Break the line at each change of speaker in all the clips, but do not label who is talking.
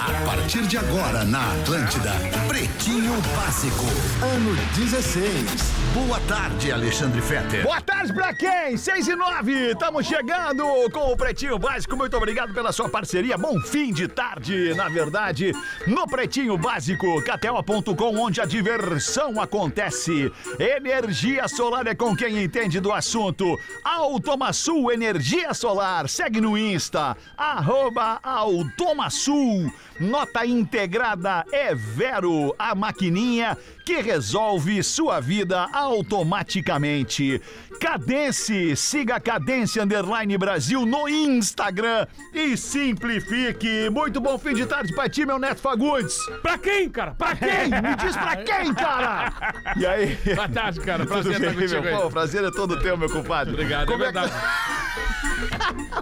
A partir de agora na Atlântida, Pretinho Básico, ano 16. Boa tarde, Alexandre Fetter.
Boa tarde pra quem? 6 e 9, estamos chegando com o Pretinho Básico. Muito obrigado pela sua parceria. Bom fim de tarde, na verdade, no Pretinho Básico, cateoa.com, onde a diversão acontece. Energia solar é com quem entende do assunto. Automaçul Energia Solar, segue no Insta, arroba Automaçul. Nota integrada é Vero, a maquininha que resolve sua vida automaticamente. Cadence, siga Cadence Underline Brasil no Instagram e simplifique. Muito bom fim de tarde pra ti, meu Neto Fagundes.
Pra quem, cara? Pra
Quem?
quem?
Me diz pra quem, cara? E aí?
Boa tarde, cara.
Tudo
Prazer estar
bem,
contigo
meu
aí.
pô? O prazer é todo teu, meu compadre.
Obrigado,
Como
é
é que...
verdade.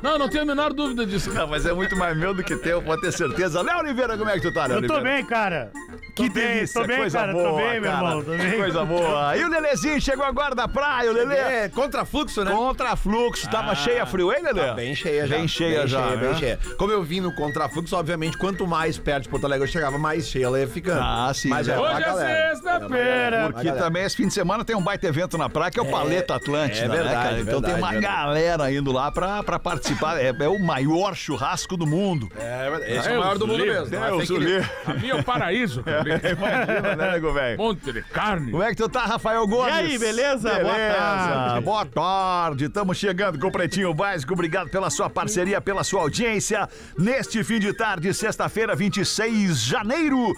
Não, não tenho a menor dúvida disso.
Não, mas é muito mais meu do que teu, pode ter certeza. Léo Oliveira, como é que tu tá, Léo
Eu tô
Oliveira?
bem, cara.
Que
Tô bem,
delícia,
tô bem,
coisa
cara, tô
boa,
bem, meu
cara.
irmão, tô bem.
Coisa boa. E o Lelezinho chegou agora da praia, o Lelê.
É, contrafluxo, né?
Contra fluxo, tava cheia a frio, hein, Lelê?
Ah, Tá bem cheia já.
Bem cheia já, né?
bem cheia. Como eu vim no contrafluxo, obviamente, quanto mais perto de Porto Alegre eu chegava, mais cheia ela ia ficando.
Ah, sim,
Mas
já.
era uma
Hoje é
galera.
sexta-feira.
Era uma
Porque
galera.
também esse fim de semana tem um baita evento na praia, que é o Paleta Atlântida,
é
né,
verdade,
cara? Então
verdade,
tem uma
verdade.
galera indo lá pra, pra participar. É, é o maior churrasco do mundo.
É, esse é o maior do mundo
Deus
mesmo.
Deus
mas tem que-
o livre.
A minha é o paraíso. cara.
Imagina, né, nego, velho?
Monte de carne.
Como é que tu tá, Rafael Gomes?
E aí, beleza? Boa tarde.
Boa tarde. Estamos chegando com o Pretinho Básico. Obrigado pela sua parceria, pela sua audiência. Neste fim de tarde, sexta-feira, 26 de janeiro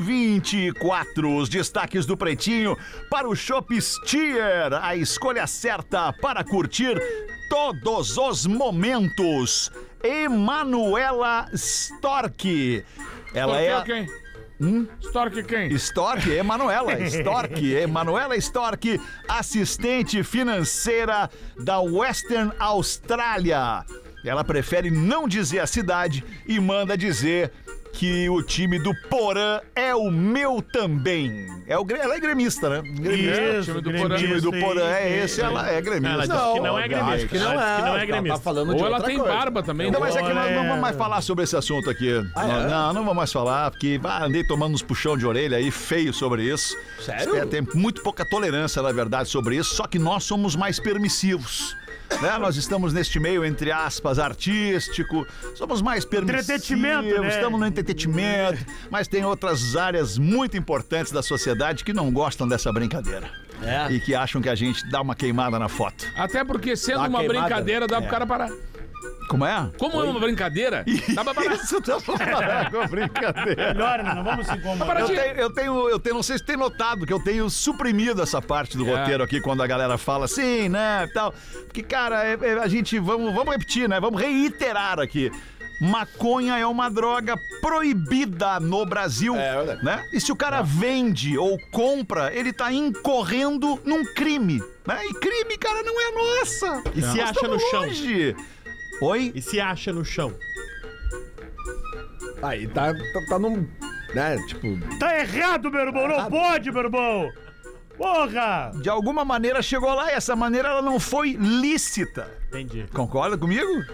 2024. Os destaques do Pretinho para o Shop Steer. A escolha certa para curtir todos os momentos. Emanuela Stork. Ela
Stork
é... a-
é quem?
Hum?
Stork quem?
Stork, Emanuela Stork, Emanuela Stork, assistente financeira da Western Austrália. Ela prefere não dizer a cidade e manda dizer que o time do Porã é o meu também. É o, gre- ela é gremista, né? Gremista.
Isso,
É time do
O time do Porã é esse, ela é gremista.
Ela disse que não é
obviamente.
gremista.
Que não é.
que não é
ela
gremista.
Tá falando de
Ou ela
outra
tem
coisa. Então,
barba também.
Não, mas é que nós não vamos mais falar sobre esse assunto aqui. não,
é?
não, não vamos mais falar, porque ah, andei tomando uns puxão de orelha aí feio sobre isso.
Sério?
É, tem muito pouca tolerância, na verdade, sobre isso, só que nós somos mais permissivos. Né? Nós estamos neste meio, entre aspas, artístico, somos mais permissivos,
Entretenimento, né?
estamos no entretenimento, mas tem outras áreas muito importantes da sociedade que não gostam dessa brincadeira.
É.
E que acham que a gente dá uma queimada na foto.
Até porque sendo
Dá
uma
queimada, É.
brincadeira, dá pro cara parar.
Como é?
Como é uma brincadeira, dá pra parar.
Isso tá uma brincadeira.
Melhor, né? não vamos se incomodar.
Eu
Paradinha.
tenho, eu tenho, eu tenho, não sei se tem notado que eu tenho suprimido essa parte do
É.
roteiro aqui quando a galera fala assim, né, e tal. Porque, cara, é- é- a gente, vamos, vamos repetir, né, vamos reiterar aqui. Maconha é uma droga proibida no Brasil,
É verdade.
né? E se o
É.
cara vende ou compra, ele tá incorrendo num crime, né? E crime, cara, não é nossa.
E se acha no chão.
Hoje. Oi?
E se acha no chão.
Aí tá, tá, tá num. Né? Tipo.
Tá errado, meu irmão, não pode, meu irmão. Porra!
De alguma maneira chegou lá e essa maneira ela não foi lícita.
Entendi.
Concorda comigo?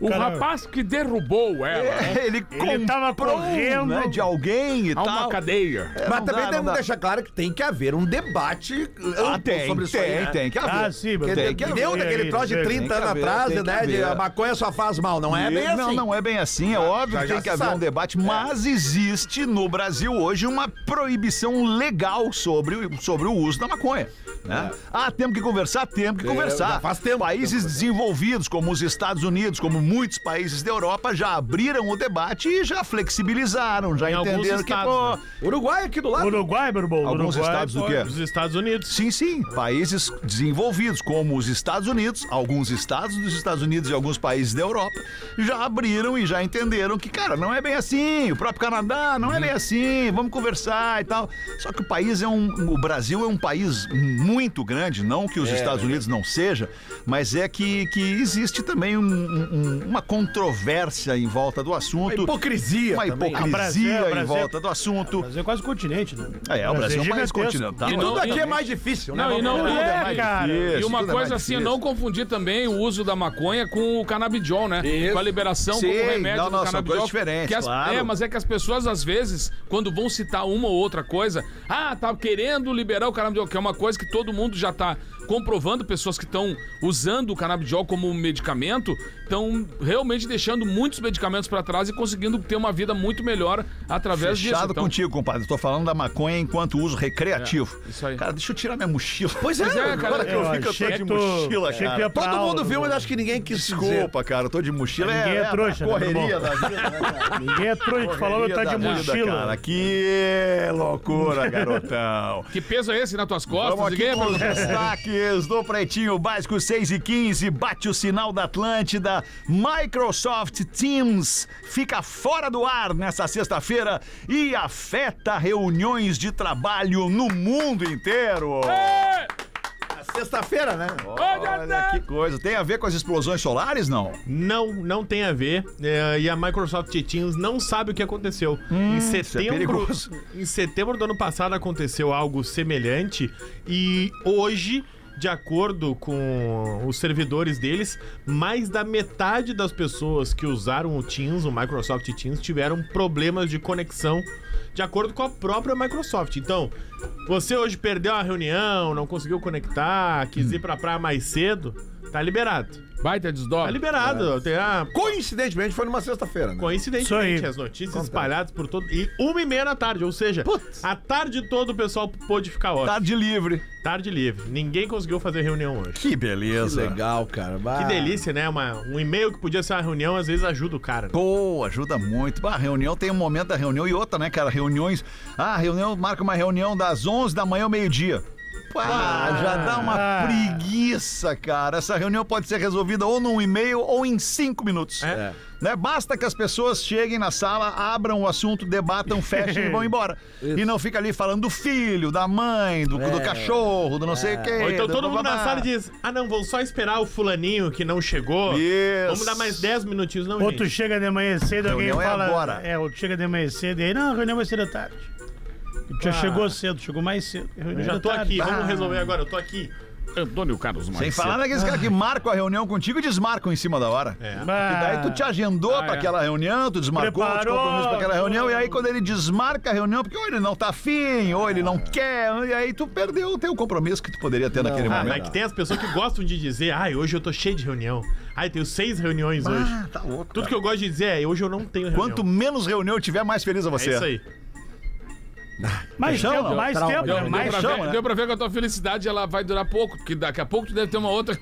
O
Cara,
rapaz que derrubou ela
É, ele comprou,
tava correndo.
né, de alguém e
a uma
tal.
cadeia.
É,
Mas
não
também
dá, não
temos
dá.
que deixar claro que tem que haver um debate
Ah,
amplo
tem, tem,
sobre isso aí,
tem,
né?
que haver.
Ah, sim,
Porque
meu
Tem
tem
Deus.
que é
que
haver,
deu daquele
aí,
troço de
tem
30
que
anos
haver, tem que
atrás, né? de
haver.
A maconha só faz mal, não é bem assim.
Não, não é bem assim, é óbvio que
já
tem que
se
haver um
sabe. É.
debate, mas existe no Brasil hoje uma proibição legal sobre, o- sobre o uso da maconha. né? Ah, temos que conversar, temos que
É,
conversar.
já faz tempo.
Países desenvolvidos, como os Estados Unidos, como muitos países da Europa, já abriram o debate e já flexibilizaram, já
Em alguns
entenderam que,
estados,
pô,
né?
Uruguai aqui do lado.
Uruguai, meu irmão.
Alguns
Uruguai,
estados do
pô.
quê?
Dos Estados Unidos.
Sim, sim. Países desenvolvidos, como os Estados Unidos, alguns estados dos Estados Unidos e alguns países da Europa, já abriram e já entenderam que, cara, não é bem assim. O próprio Canadá não é bem assim. Vamos conversar e tal. Só que o país é um. O Brasil é um país muito grande, não que os Estados Unidos não seja, mas é que, que existe também um- um- uma controvérsia em volta do assunto.
Uma hipocrisia
Uma
também.
hipocrisia
Ah, Brasil,
em
Brasil.
volta do assunto.
Brasil é quase um continente, né?
É, o Brasil é um país
gigantesco.
continental.
E não-
Tudo aqui
e-
é mais difícil, né?
Não, e
Vamos-
não
Tudo é
é,
mais
cara.
difícil,
e uma
tudo é
coisa
mais
assim,
difícil.
não confundir também o uso da maconha com o canabidiol, né? Com a liberação
Sim,
como remédio
não, não,
do
são
canabidiol.
coisas diferentes,
que as-
claro.
É, mas é que as pessoas, às vezes, quando vão citar uma ou outra coisa, ah, tá querendo liberar o canabidiol, que é uma coisa que todo mundo já tá comprovando, pessoas que estão usando o canabidiol como um medicamento, estão realmente deixando muitos medicamentos pra trás e conseguindo ter uma vida muito melhor através disso.
Fechado
Então,
contigo, compadre. Eu tô falando da maconha enquanto uso recreativo.
É, isso aí.
Cara, deixa eu tirar minha mochila. Pois
Pois é, cara,
Agora que eu
eu
vi que eu tô
achei
de
que tu-
mochila,
achei que tu é
cara.
ia pra
Todo
aula,
mundo viu, mas
Bruno.
acho que ninguém quis Desculpa, cara. Eu tô de mochila.
Ninguém é trouxa,
a
né,
Correria
irmão?
da vida, né, cara?
Ninguém é trouxa, falou que tá de
Correria da vida,
mochila.
Cara, que loucura, garotão.
Que peso é esse nas tuas costas?
Vamos aqui
Ninguém
com os
perguntou.
destaques do Pretinho Básico 6 e 15. Bate o sinal da Atlântida. Microsoft Teams fica fora do ar nessa sexta-feira e afeta reuniões de trabalho no mundo inteiro. É!
Sexta-feira, né?
Olha que coisa. Tem a ver com as explosões solares, não?
Não, não tem a ver. É, e a Microsoft Teams não sabe o que aconteceu. em setembro,
perigoso.
em setembro do ano passado aconteceu algo semelhante e hoje, de acordo com os servidores deles, mais da metade das pessoas que usaram o Teams, o Microsoft Teams, tiveram problemas de conexão. De acordo com a própria Microsoft. Então, você hoje perdeu a reunião, não conseguiu conectar, quis ir pra praia mais cedo, tá liberado.
Baita
Tá
desdobra.
liberado. Tem a
Coincidentemente foi numa sexta-feira, né?
Isso aí.
Coincidentemente, as notícias espalhadas por todo. E uma e meia da tarde, ou seja, a tarde toda o pessoal pôde ficar ótimo.
Tarde livre.
Tarde livre. Ninguém conseguiu fazer reunião hoje.
Que beleza.
Legal, cara.
Ah.
Que delícia, né? Uma, um e-mail que podia ser uma reunião, às vezes ajuda o cara. né?
Pô, ajuda muito. Bah, reunião tem um momento da reunião e outra, né, cara? Reuniões. Ah, reunião marca uma reunião das 11 da manhã ao meio-dia. Pá, já dá uma
Ah.
preguiça, cara. Essa reunião pode ser resolvida ou num e-mail ou em cinco minutos.
É.
Né? Basta que as pessoas cheguem na sala, abram o assunto, debatam, fechem e vão embora. E não fica ali falando do filho, da mãe, do, do cachorro, do não sei o quê.
É. Ou então
do
todo
blá,
mundo
blá,
na
blá.
sala diz: Ah, não, vou só esperar o fulaninho que não chegou.
Isso.
Vamos dar mais 10 minutinhos, não,
Ou tu
gente.
chega de manhã cedo, alguém
Reunião é
fala.
agora.
É, ou tu chega de manhã cedo e aí, não, a reunião vai ser da tarde. Tu já chegou cedo, chegou mais cedo. a
Eu
reunião é
já
da
tô
tarde.
aqui,
Ah,
vamos resolver agora, eu tô aqui.
Antônio Carlos
Sem
Marcelo.
falar naqueles caras que marcam a reunião contigo e desmarcam em cima da hora. É.
bah.
E daí tu te agendou
Ah,
pra
é.
aquela reunião, tu desmarcou os
Preparou,
compromissos pra aquela
tu-
reunião, e aí quando ele desmarca a reunião, porque ou ele não tá afim, ou ele não quer, e aí tu perdeu o teu compromisso que tu poderia ter naquele
Ah,
momento.
mas que tem as pessoas que gostam de dizer, ai, hoje eu tô cheio de reunião. Ai, tenho seis reuniões hoje.
Ah, tá louco.
Tudo que eu gosto de dizer é, hoje eu não tenho reunião.
Quanto menos reunião eu tiver, mais feliz eu vou
É
ser.
isso aí.
Mais
Chama,
tempo, mais
trauma,
tempo,
Deu,
né?
deu
Mais
pra
tempo.
ver,
né?
deu pra ver que a tua felicidade ela vai durar pouco, porque daqui a pouco tu deve ter uma outra.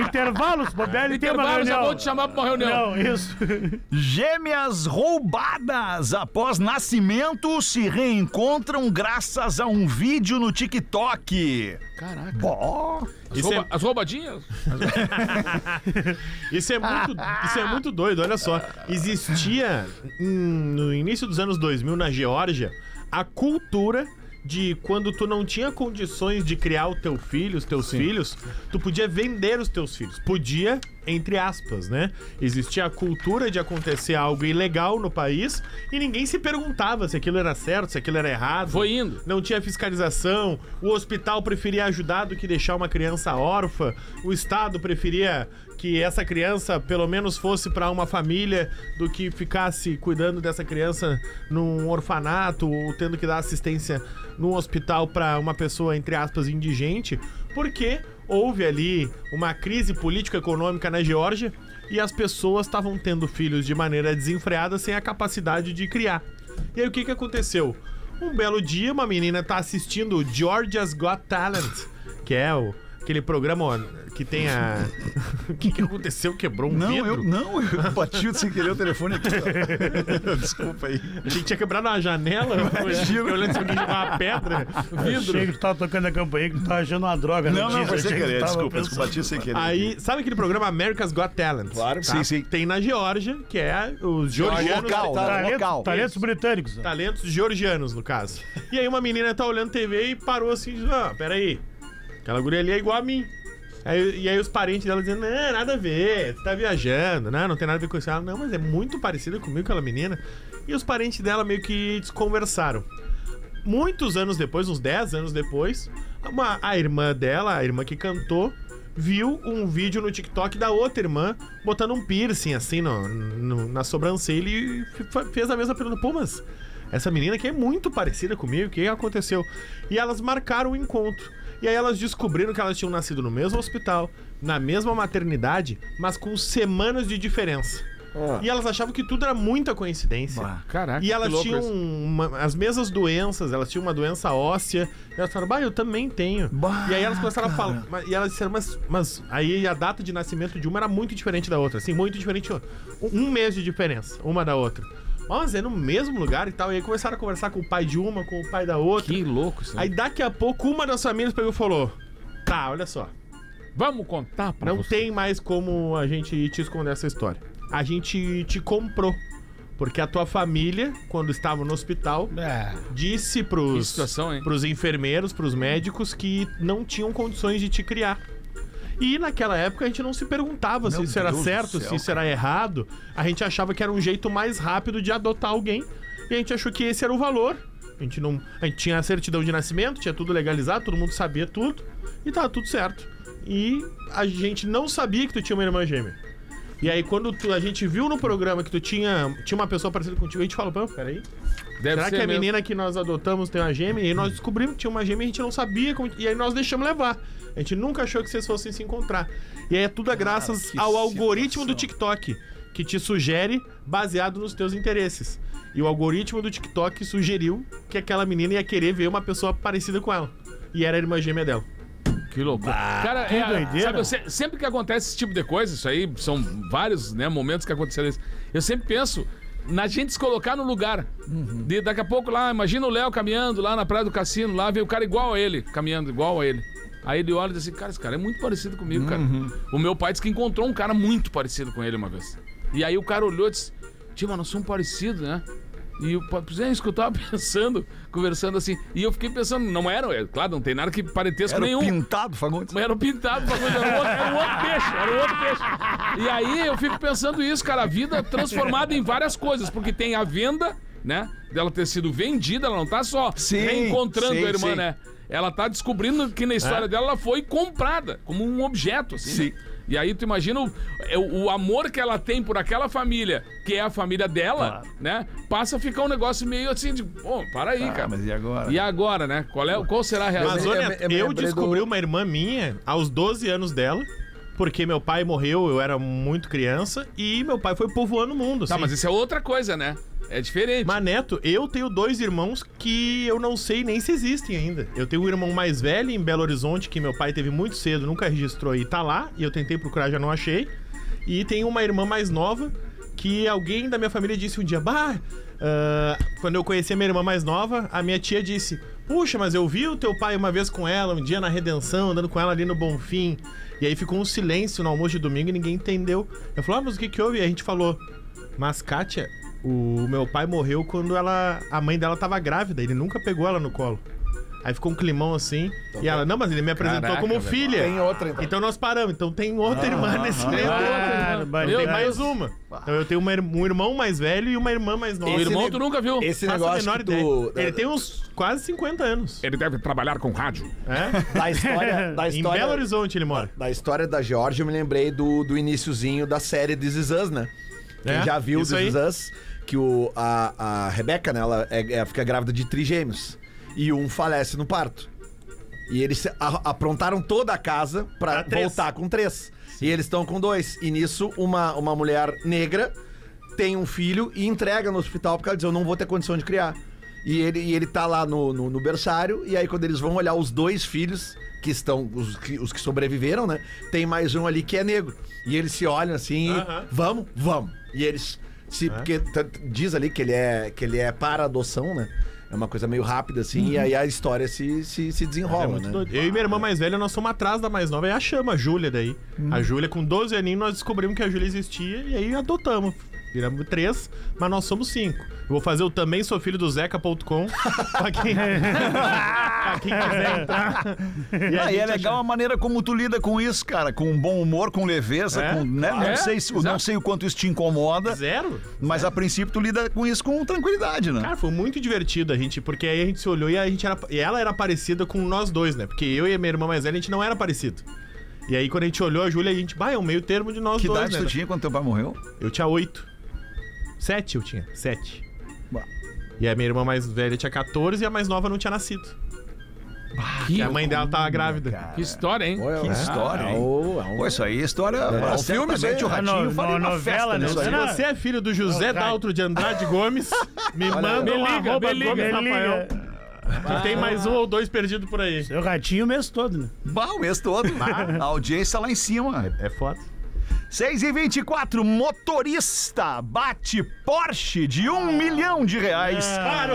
Intervalos, bobear, ele tem uma
Intervalo, já vou
reunião.
te chamar pra uma reunião.
Não, isso.
Gêmeas roubadas após nascimento se reencontram graças a um vídeo no TikTok. Caraca. Bom,
As,
Isso é,
rouba- as roubadinhas?
isso é muito, isso é muito doido, olha só. Existia em- no início dos anos 2000 na Geórgia a cultura de quando tu não tinha condições de criar o teu filho, os teus filhos, tu podia vender os teus filhos. Podia, entre aspas, né? Existia a cultura de acontecer algo ilegal no país e ninguém se perguntava se aquilo era certo, se aquilo era errado.
Foi indo.
não tinha fiscalização, o hospital preferia ajudar do que deixar uma criança órfã, o Estado preferia que essa criança pelo menos fosse para uma família do que ficasse cuidando dessa criança num orfanato ou tendo que dar assistência num hospital para uma pessoa, entre aspas, indigente, porque houve ali uma crise político-econômica na Geórgia e as pessoas estavam tendo filhos de maneira desenfreada sem a capacidade de criar. E aí o que, que aconteceu? Um belo dia, uma menina tá assistindo o Georgia's Got Talent, que é o, aquele programa que tem a. o que, que aconteceu? Quebrou um
Não, eu
vidro?
não, eu bati sem querer o telefone aqui. ó. Desculpa aí.
Achei que tinha quebrado uma janela. Eu olhando se alguém jogar uma pedra.
Achei que tu tava tocando a campainha, que tu tava achando uma droga.
Não, não,
é
diz,
foi sem
achei que tu
querer,
tava
desculpa,
pensando-
desculpa, bati sem querer.
Aí, sabe aquele programa America's Got Talent?
Claro.
tá?
Sim, sim.
Tem na Geórgia, que é os georgianos.
local,
tá-
né?
Talento-
Local.
Talentos britânicos. ó.
Talentos georgianos, no caso. E aí uma menina tá olhando TV e parou assim, diz, ah, peraí, aquela guria ali é igual a mim. Aí- e aí os parentes dela dizendo, não, nada a ver, tu tá viajando, né? Não tem nada a ver com isso. Ela, não, mas é muito parecida comigo, aquela menina. E os parentes dela meio que desconversaram. Muitos anos depois, uns 10 anos depois, uma- a irmã dela, a irmã que cantou, viu um vídeo no TikTok da outra irmã botando um piercing assim no, no- na sobrancelha e fe- fe- fez a mesma pergunta. Pô, mas essa menina aqui é muito parecida comigo, o que aconteceu? E elas marcaram o encontro. E aí elas descobriram que elas tinham nascido no mesmo hospital, na mesma maternidade, mas com semanas de diferença. E elas achavam que tudo era muita coincidência.
Caraca.
E elas
que louco
tinham
isso.
uma- as mesmas doenças, elas tinham uma doença óssea. E elas falaram, bah, eu também tenho. e aí elas começaram a falar. mas- E elas disseram, mas, mas aí a data de nascimento de uma era muito diferente da outra. Assim, muito diferente. Um, um mês de diferença, uma da outra. Mas é no mesmo lugar e tal. E aí começaram a conversar com o pai de uma, com o pai da outra.
Que louco isso.
um- Aí
Aí,
daqui a pouco uma das famílias pegou e falou: Tá, olha só.
Vamos contar pra
Não
você.
tem mais como a gente te esconder essa história. A gente te comprou. Porque a tua família, quando estava no hospital,
É,
disse
Que
pros,
situação, hein?
pros enfermeiros, pros médicos, que não tinham condições de te criar. E naquela época a gente não se perguntava se isso era certo, se isso era errado. A gente achava que era um jeito mais rápido de adotar alguém. E a gente achou que esse era o valor. A gente não. A gente tinha a certidão de nascimento, tinha tudo legalizado, todo mundo sabia tudo. E tava tudo certo. E a gente não sabia que tu tinha uma irmã gêmea. E aí, quando tu- a gente viu no programa que tu tinha, tinha uma pessoa parecida contigo, a gente falou, pô, peraí,
Deve
Será
ser
que é a
mesmo.
menina que nós adotamos tem uma gêmea? E nós descobrimos que tinha uma gêmea e a gente não sabia. Como... E aí nós deixamos levar. A gente nunca achou que vocês fossem se encontrar. E aí é tudo graças ao algoritmo do TikTok, que te sugere baseado nos teus interesses. E o algoritmo do TikTok sugeriu que aquela menina ia querer ver uma pessoa parecida com ela. E era a irmã gêmea dela.
Que loucura. Cara,
que
é,
doideira.
sabe, eu se- sempre que acontece esse tipo de coisa, isso aí são vários né, momentos que aconteceram isso, eu sempre penso na gente se colocar no lugar.
Uhum.
De, daqui a pouco lá, imagina o Léo caminhando lá na praia do cassino, lá vem o cara igual a ele, caminhando igual a ele. Aí ele olha e diz assim, cara, esse cara é muito parecido comigo, cara.
Uhum.
O meu pai disse que encontrou um cara muito parecido com ele uma vez. E aí o cara olhou e disse, tio, mas nós somos parecidos, né? E o papo, é isso que eu tava pensando, conversando assim. E eu fiquei pensando, não era, é claro, não tem nada que parentesco
Era
nenhum.
pintado, Fagundes.
Mas era o pintado, o bagulho era o outro, era o outro peixe, era o outro peixe. E aí eu fico pensando isso, cara, a vida transformada em várias coisas, porque tem a venda, né? Dela ter sido vendida, ela não tá só
Sim,
reencontrando
sim,
a irmã,
sim.
né? Ela tá descobrindo que na história dela ela foi comprada como um objeto, assim. né? E aí tu imagina o, é o- o amor que ela tem por aquela família, que é a família dela, né? Passa a ficar um negócio meio assim de, pô, para
Ah,
aí, cara.
mas e agora?
E agora, né? Qual, é, qual será a
Mas
reação?
olha,
eu me- eu
eu,
me lembrei
descobri
do-
uma irmã minha aos 12 anos dela, porque meu pai morreu, eu era muito criança, e meu pai foi povoando o mundo.
Tá,
assim.
mas isso é outra coisa, né? É diferente.
Mas, Neto, eu tenho dois irmãos que eu não sei nem se existem ainda. Eu tenho um irmão mais velho em Belo Horizonte, que meu pai teve muito cedo, nunca registrou e tá lá. E eu tentei procurar, já não achei. E tem uma irmã mais nova que alguém da minha família disse um dia, bah, ah, quando eu conheci a minha irmã mais nova, a minha tia disse, puxa, mas eu vi o teu pai uma vez com ela, um dia na Redenção, andando com ela ali no Bonfim. E aí ficou um silêncio no almoço de domingo e ninguém entendeu. Eu falei, ah, mas o que que houve? E a gente falou, mas Kátia, o meu pai morreu quando ela, a mãe dela tava grávida, ele nunca pegou ela no colo. Aí ficou um climão assim, e ela, não, mas ele me apresentou
Caraca,
como
velho.
filha.
Tá Tem outra, então. Ah,
então. nós paramos, então tem outra irmã nesse meio tempo.
Barbaridade.
Tem
Ah,
mais uma. Então eu tenho uma ir- um irmão mais velho e uma irmã mais nova.
O irmão
ne-
tu nunca viu.
Esse
Faço a
negócio
menor
que
ideia.
tu,
Ele tem uns quase 50 anos.
Ele deve trabalhar com rádio.
É?
da história, da
Em
história,
Belo Horizonte ele mora.
da história da Georgia, eu me lembrei do, do iniciozinho da série This Is Us, né? Quem
É,
já viu
isso
This
aí.
Is Us, que o, a, a Rebeca, né, ela, é- é- fica grávida de trigêmeos. E um falece no parto. E eles se- a- aprontaram toda a casa pra
Pra três.
voltar com três. E eles estão com dois. E nisso, uma, uma mulher negra tem um filho e entrega no hospital porque ela diz: Eu não vou ter condição de criar. E ele, e ele tá lá no, no, no berçário, e aí quando eles vão olhar os dois filhos, que estão, os que, os que sobreviveram, né? Tem mais um ali que é negro. E eles se olham assim,
Aham.
vamos, vamos. E eles.
É.
Se, porque t- t- diz ali que ele, é, que ele é para adoção, né? É uma coisa meio rápida, assim,
Uhum.
e aí a história se, se, se desenrola,
é
né?
Eu e minha irmã mais velha, nós somos atrás da mais nova. É a chama, a Júlia daí. A Júlia, com 12 aninhos, nós descobrimos que a Júlia existia e aí adotamos. Viramos três, mas nós somos cinco. Eu vou fazer o também sou filho do Zeca.com pra quem, pra quem quiser entrar. E a
Ah, e
gente
é
acha-
legal a maneira como tu lida com isso, cara. Com um bom humor, com leveza,
É?
com, né? Não,
É,
sei se, não
exato.
sei o quanto isso te incomoda,
Zero?
mas a princípio tu lida com isso com tranquilidade, né?
Cara, foi muito divertido a gente, porque aí a gente se olhou e a gente era, e ela era parecida com nós dois, né? Porque eu e a minha irmã mais velha, a gente não era parecido. E aí quando a gente olhou a Júlia, a gente, bah, é o meio termo de nós
que
dois,
idade
né?
tu tinha quando teu pai morreu?
Eu tinha oito. Sete eu tinha. Sete.
Bah.
E a minha irmã mais velha tinha 14 e a mais nova não tinha nascido.
Que,
E a mãe dela tava grávida.
que história, hein?
Que história, hein? Pô, isso aí é história.
É um filme, isso aí.
certamente o Ratinho
no-
faria
no-
uma festa
novela, né?
nisso aí.
Se
Não,
você é filho do José
Não, vai.
Daltro de Andrade Gomes, me manda
Me
um
liga,
arroba
me liga,
Gomes
me
Rafael.
liga.
que Tem mais um ou dois perdido por aí.
Seu ratinho o mês todo, né?
Bah, o mês todo. A audiência lá em cima.
É foda.
6 e 24 motorista bate Porsche de um milhão de reais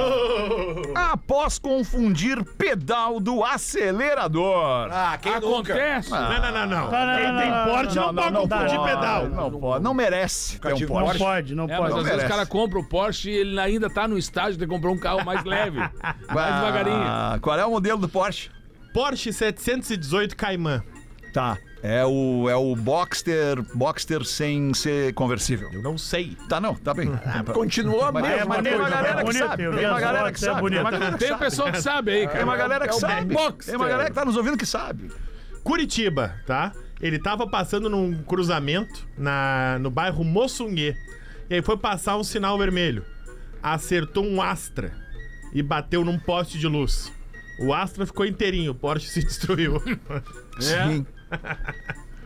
Parou!
após confundir pedal do acelerador.
Ah, quem
Acontece.
Ah,
Não, não, não, não.
Não, não,
Quem
não,
tem
não,
porte não, pode confundir
Ah, não,
pedal.
Não pode, não merece ter um
tive
Não
Porsche.
pode, não
É, mas
pode.
às vezes
merece.
o cara compra o Porsche e ele ainda tá no estágio de comprar um carro mais leve. mais devagarinho.
Ah, qual é o modelo do Porsche?
Porsche 718 Cayman.
Tá. É o, é o Boxster, Boxster sem ser conversível.
Eu não sei.
Tá não, tá bem.
Continuou
Mas,
mesmo.
mas tem uma
coisa,
galera que
bonito,
sabe.
eu vi
Tem uma
as
galera
fotos,
que
é
sabe. Tem uma
bonito.
galera que
Tem o
sabe.
pessoal que sabe aí, cara. É
Tem uma galera que sabe. Tem
Boxster.
uma galera que tá nos ouvindo que sabe.
Curitiba, tá? Ele tava passando num cruzamento na, no bairro Moçungue. E aí foi passar um sinal vermelho. Acertou um Astra e bateu num poste de luz. O Astra ficou inteirinho, o Porsche se destruiu.
Sim.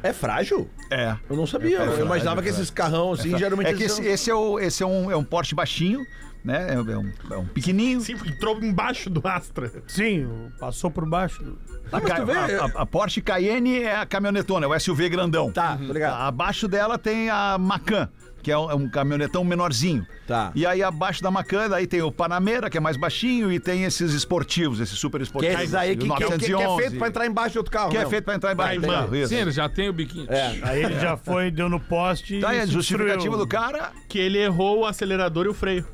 É frágil?
É.
Eu não sabia. eu imaginava que esses carrão, assim, geralmente.
É que
eles
esse,
são-
esse é, o, esse é, um, é um Porsche baixinho, né? É, é um, é um pequenininho.
Sim, entrou embaixo do Astra.
Sim, o- passou por baixo.
A,
Ah, mas tu vê-
a- a- a Porsche Cayenne é a caminhonetona, é o SUV grandão.
Tá, tô ligado.
Abaixo dela tem a Macan, que é um, é um caminhonetão menorzinho.
Tá.
E aí abaixo da Macan, aí tem o Panamera, que é mais baixinho, e tem esses esportivos, esses super
Que é
esportivos.
esses aí que, que, que- que é
911.
feito pra entrar embaixo de outro carro.
Que é
mesmo.
feito pra entrar embaixo do
Cayman.
carro, isso.
Sim, ele já tem o biquinho.
É.
Aí ele já foi, deu no poste
Tá aí a
se
justificativa
destruiu.
do cara.
que ele errou o acelerador e o freio.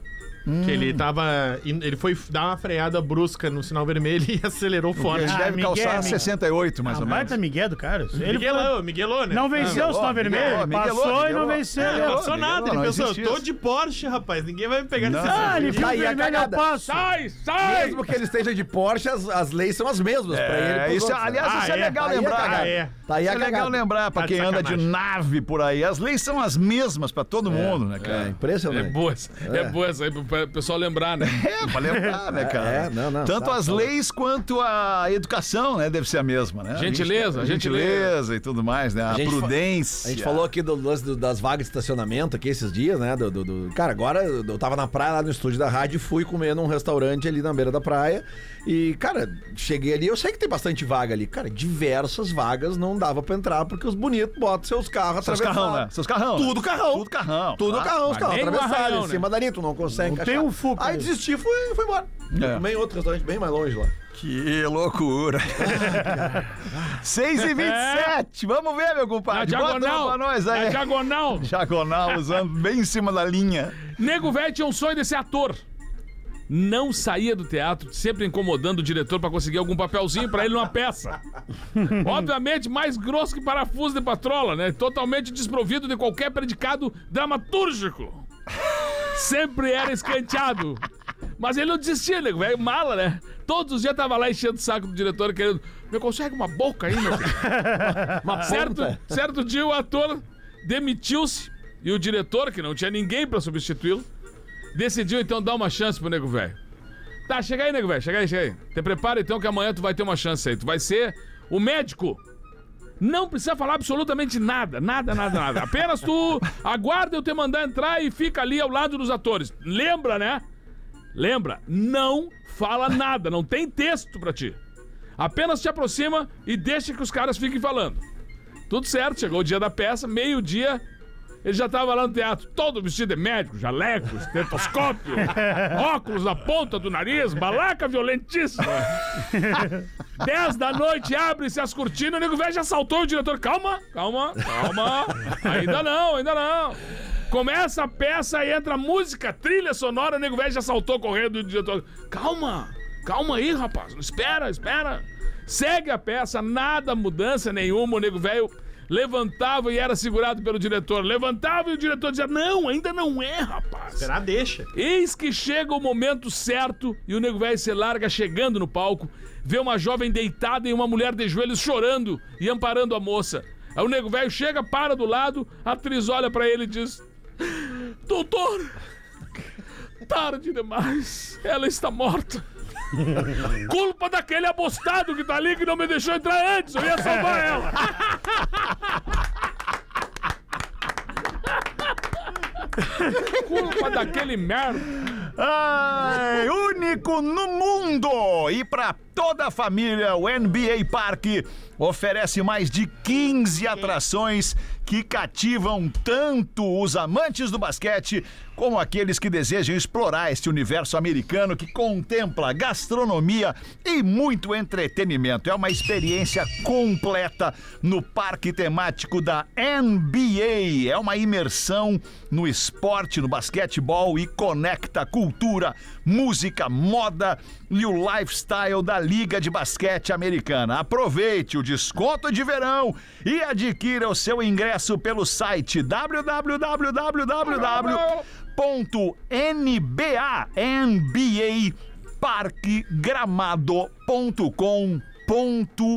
Que ele tava. in- Ele foi dar uma freada brusca no sinal vermelho e acelerou forte.
Ele
Ah,
deve
Miguel,
calçar
Miguel.
68, mais
Ah,
ou menos.
baita Miguel do cara. Ele
Miguelou, Miguelou, né?
não venceu o
Miguelou,
sinal vermelho.
Miguelou,
passou e
Miguelou.
não venceu.
Não passou
Miguelou,
nada,
não
ele pensou,
existe
tô
isso.
de Porsche, rapaz, ninguém vai me pegar nesse
Ah, ele viu o
Daí a
vermelho ao
cagada.
passo.
Sai, sai!
Mesmo que ele esteja de Porsche, as, as leis são as mesmas pra ele. e
É,
pros
isso,
outros, né?
aliás,
Ah,
isso é,
é.
legal
Aí é
lembrar,
cagada.
cara.
Ah, é.
Tá aí
Isso
a
é legal
cagada.
lembrar pra
Tá de
quem anda de
sacanagem.
nave por aí. As leis são as mesmas pra todo mundo, né,
É
cara?
É
impressionante.
boa, essa- é. boa essa aí pro pe- pessoal lembrar, né?
É, pra lembrar, né, cara?
É, não, não,
Tanto
tá,
as
tá.
leis quanto a educação, né? Deve ser a mesma, né? A gente-
Gentileza,
a
gentileza.
gentileza e tudo mais, né? A,
gente fa-
prudência.
A gente falou aqui do lance do- das vagas de estacionamento aqui esses dias, né? do- do- do- Cara, agora eu eu tava na praia, lá no estúdio da rádio, e fui comer num restaurante ali na beira da praia. E, cara, cheguei ali, eu sei que tem bastante vaga ali. Cara, diversas vagas não dava pra entrar, porque os bonitos botam seus carros
Seus
atravessados.
carrão, né? Seus carrão. né?
Tudo carrão.
Tudo carrão. Ah,
Tudo
claro.
carrão, os carros
nem
atravessados
né?
barranhão,
em cima dali, tu não consegue
Não tem
encaixar.
um Fuca
Aí
aí.
desisti e fui, fui embora.
É.
Tomei em outro restaurante bem mais longe lá.
Que loucura.
É.
6 e 27 Vamos ver, meu
Na
compadre. Bota uma
diagonal!
pra nós
Na
aí.
diagonal!
Diagonal, usando bem em cima da linha.
Nego velho tinha um sonho de ser ator. Não saía do teatro, sempre incomodando o diretor pra conseguir algum papelzinho pra ele numa peça. Obviamente, mais grosso que parafuso de patrola, né? Totalmente desprovido de qualquer predicado dramatúrgico. Sempre era escanteado. Mas ele não desistia, nego velho. Mala, né? Todos os dias tava lá enchendo o saco do diretor, querendo. Me consegue uma boca aí, meu filho? certo, certo dia o ator demitiu-se e o diretor, que não tinha ninguém pra substituí-lo, decidiu então dar uma chance pro nego velho. Tá, chega aí, nego velho, chega aí, chega aí. Te prepara então que amanhã tu vai ter uma chance aí. Tu vai ser o médico. Não precisa falar absolutamente nada, nada, nada, nada. Apenas tu aguarda eu te mandar entrar e fica ali ao lado dos atores. Lembra, né? Lembra, não fala nada, não tem texto pra ti. Apenas te aproxima e deixa que os caras fiquem falando. Tudo certo, chegou o dia da peça, meio-dia, ele já tava lá no teatro, todo vestido de médico, jaleco, estetoscópio, óculos na ponta do nariz, balaca violentíssima. Dez da noite, abre-se as cortinas, o nego velho já assaltou o diretor. Calma, calma, calma. Ainda não, ainda não. Começa a peça e entra música, trilha sonora, o nego velho já saltou correndo o diretor. Calma, calma aí, rapaz. Espera, espera. Segue a peça, nada, mudança nenhuma, o nego velho levantava e era segurado pelo diretor. Levantava e o diretor dizia: "Não, ainda não é, rapaz".
Será? Deixa.
Eis que chega o momento certo e o nego velho se larga chegando no palco, vê uma jovem deitada e uma mulher de joelhos chorando e amparando a moça. Aí o nego velho chega, para do lado, a atriz olha pra ele e diz: Doutor, tarde demais, ela está morta. Culpa daquele abostado que tá ali que não me deixou entrar antes, eu ia salvar ela. Culpa daquele merda.
Ai, único no mundo! E para toda a família, o NBA Parque oferece mais de 15 atrações que cativam tanto os amantes do basquete como aqueles que desejam explorar este universo americano que contempla gastronomia e muito entretenimento. É uma experiência completa no parque temático da NBA. É uma imersão no esporte, no basquetebol e conecta cultura, música, moda e o lifestyle da Liga de Basquete Americana. Aproveite o desconto de verão e adquira o seu ingresso pelo site www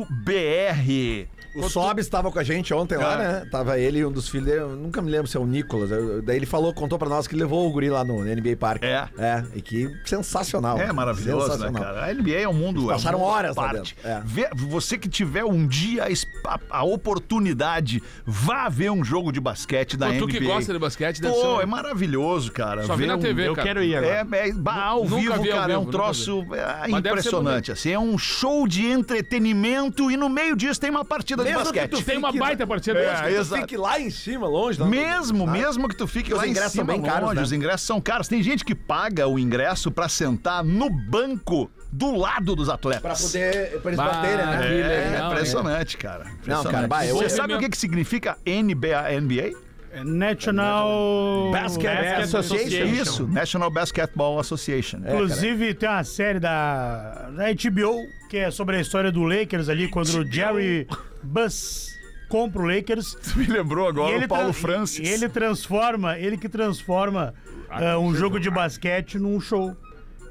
www.nbanbaparquegramado.com.br
O Sobs estava com a gente ontem lá,
É.
né? Tava ele e um dos filhos, eu nunca me lembro se é o Nicolas. eu- daí ele falou, contou pra nós que levou o guri lá no NBA Park.
É.
É, e que sensacional.
É maravilhoso, né,
Sensacional.
cara? A NBA é um mundo. é um
passaram
mundo à
horas lá dentro, é.
Vê- você que tiver um dia a, es- a- a oportunidade, vá ver um jogo de basquete da
Pô,
NBA.
tu que gosta de basquete, deve
Pô,
ser- um-
é maravilhoso, cara.
Só vi
Ver
na
um-
TV,
Eu
cara.
quero ir agora.
É, é bah, ao
Nunca
vivo,
vi ao
cara, é um
vivo, nunca
troço é,
Mas deve ser
impressionante. Assim, é um show de entretenimento e no meio disso tem uma partida
Mesmo
de
que
basquete.
tu
Tem uma baita partida.
É,
Tu
exato.
Fique lá em cima, longe. não-
Mesmo,
não-
mesmo que tu fique
Os
lá em
ingressos são
cima,
bem caros,
longe,
né?
os ingressos são caros. Tem gente que paga o ingresso pra sentar no banco do lado dos atletas.
Pra poder, pra eles
Bah,
baterem, né?
que
É,
legal,
impressionante, cara. Impressionante.
Não, cara, bah, eu-
Você sabe o que, que significa NBA? NBA?
É National
é
Basket Association.
Isso, National Basketball Association. É.
Inclusive, tem uma série da, da HBO que é sobre a história do Lakers ali, quando o Jerry Buss compra o Lakers.
Me lembrou agora o Paulo
tran-
Francis.
e ele transforma, ele que transforma ah, um jogo de basquete num show.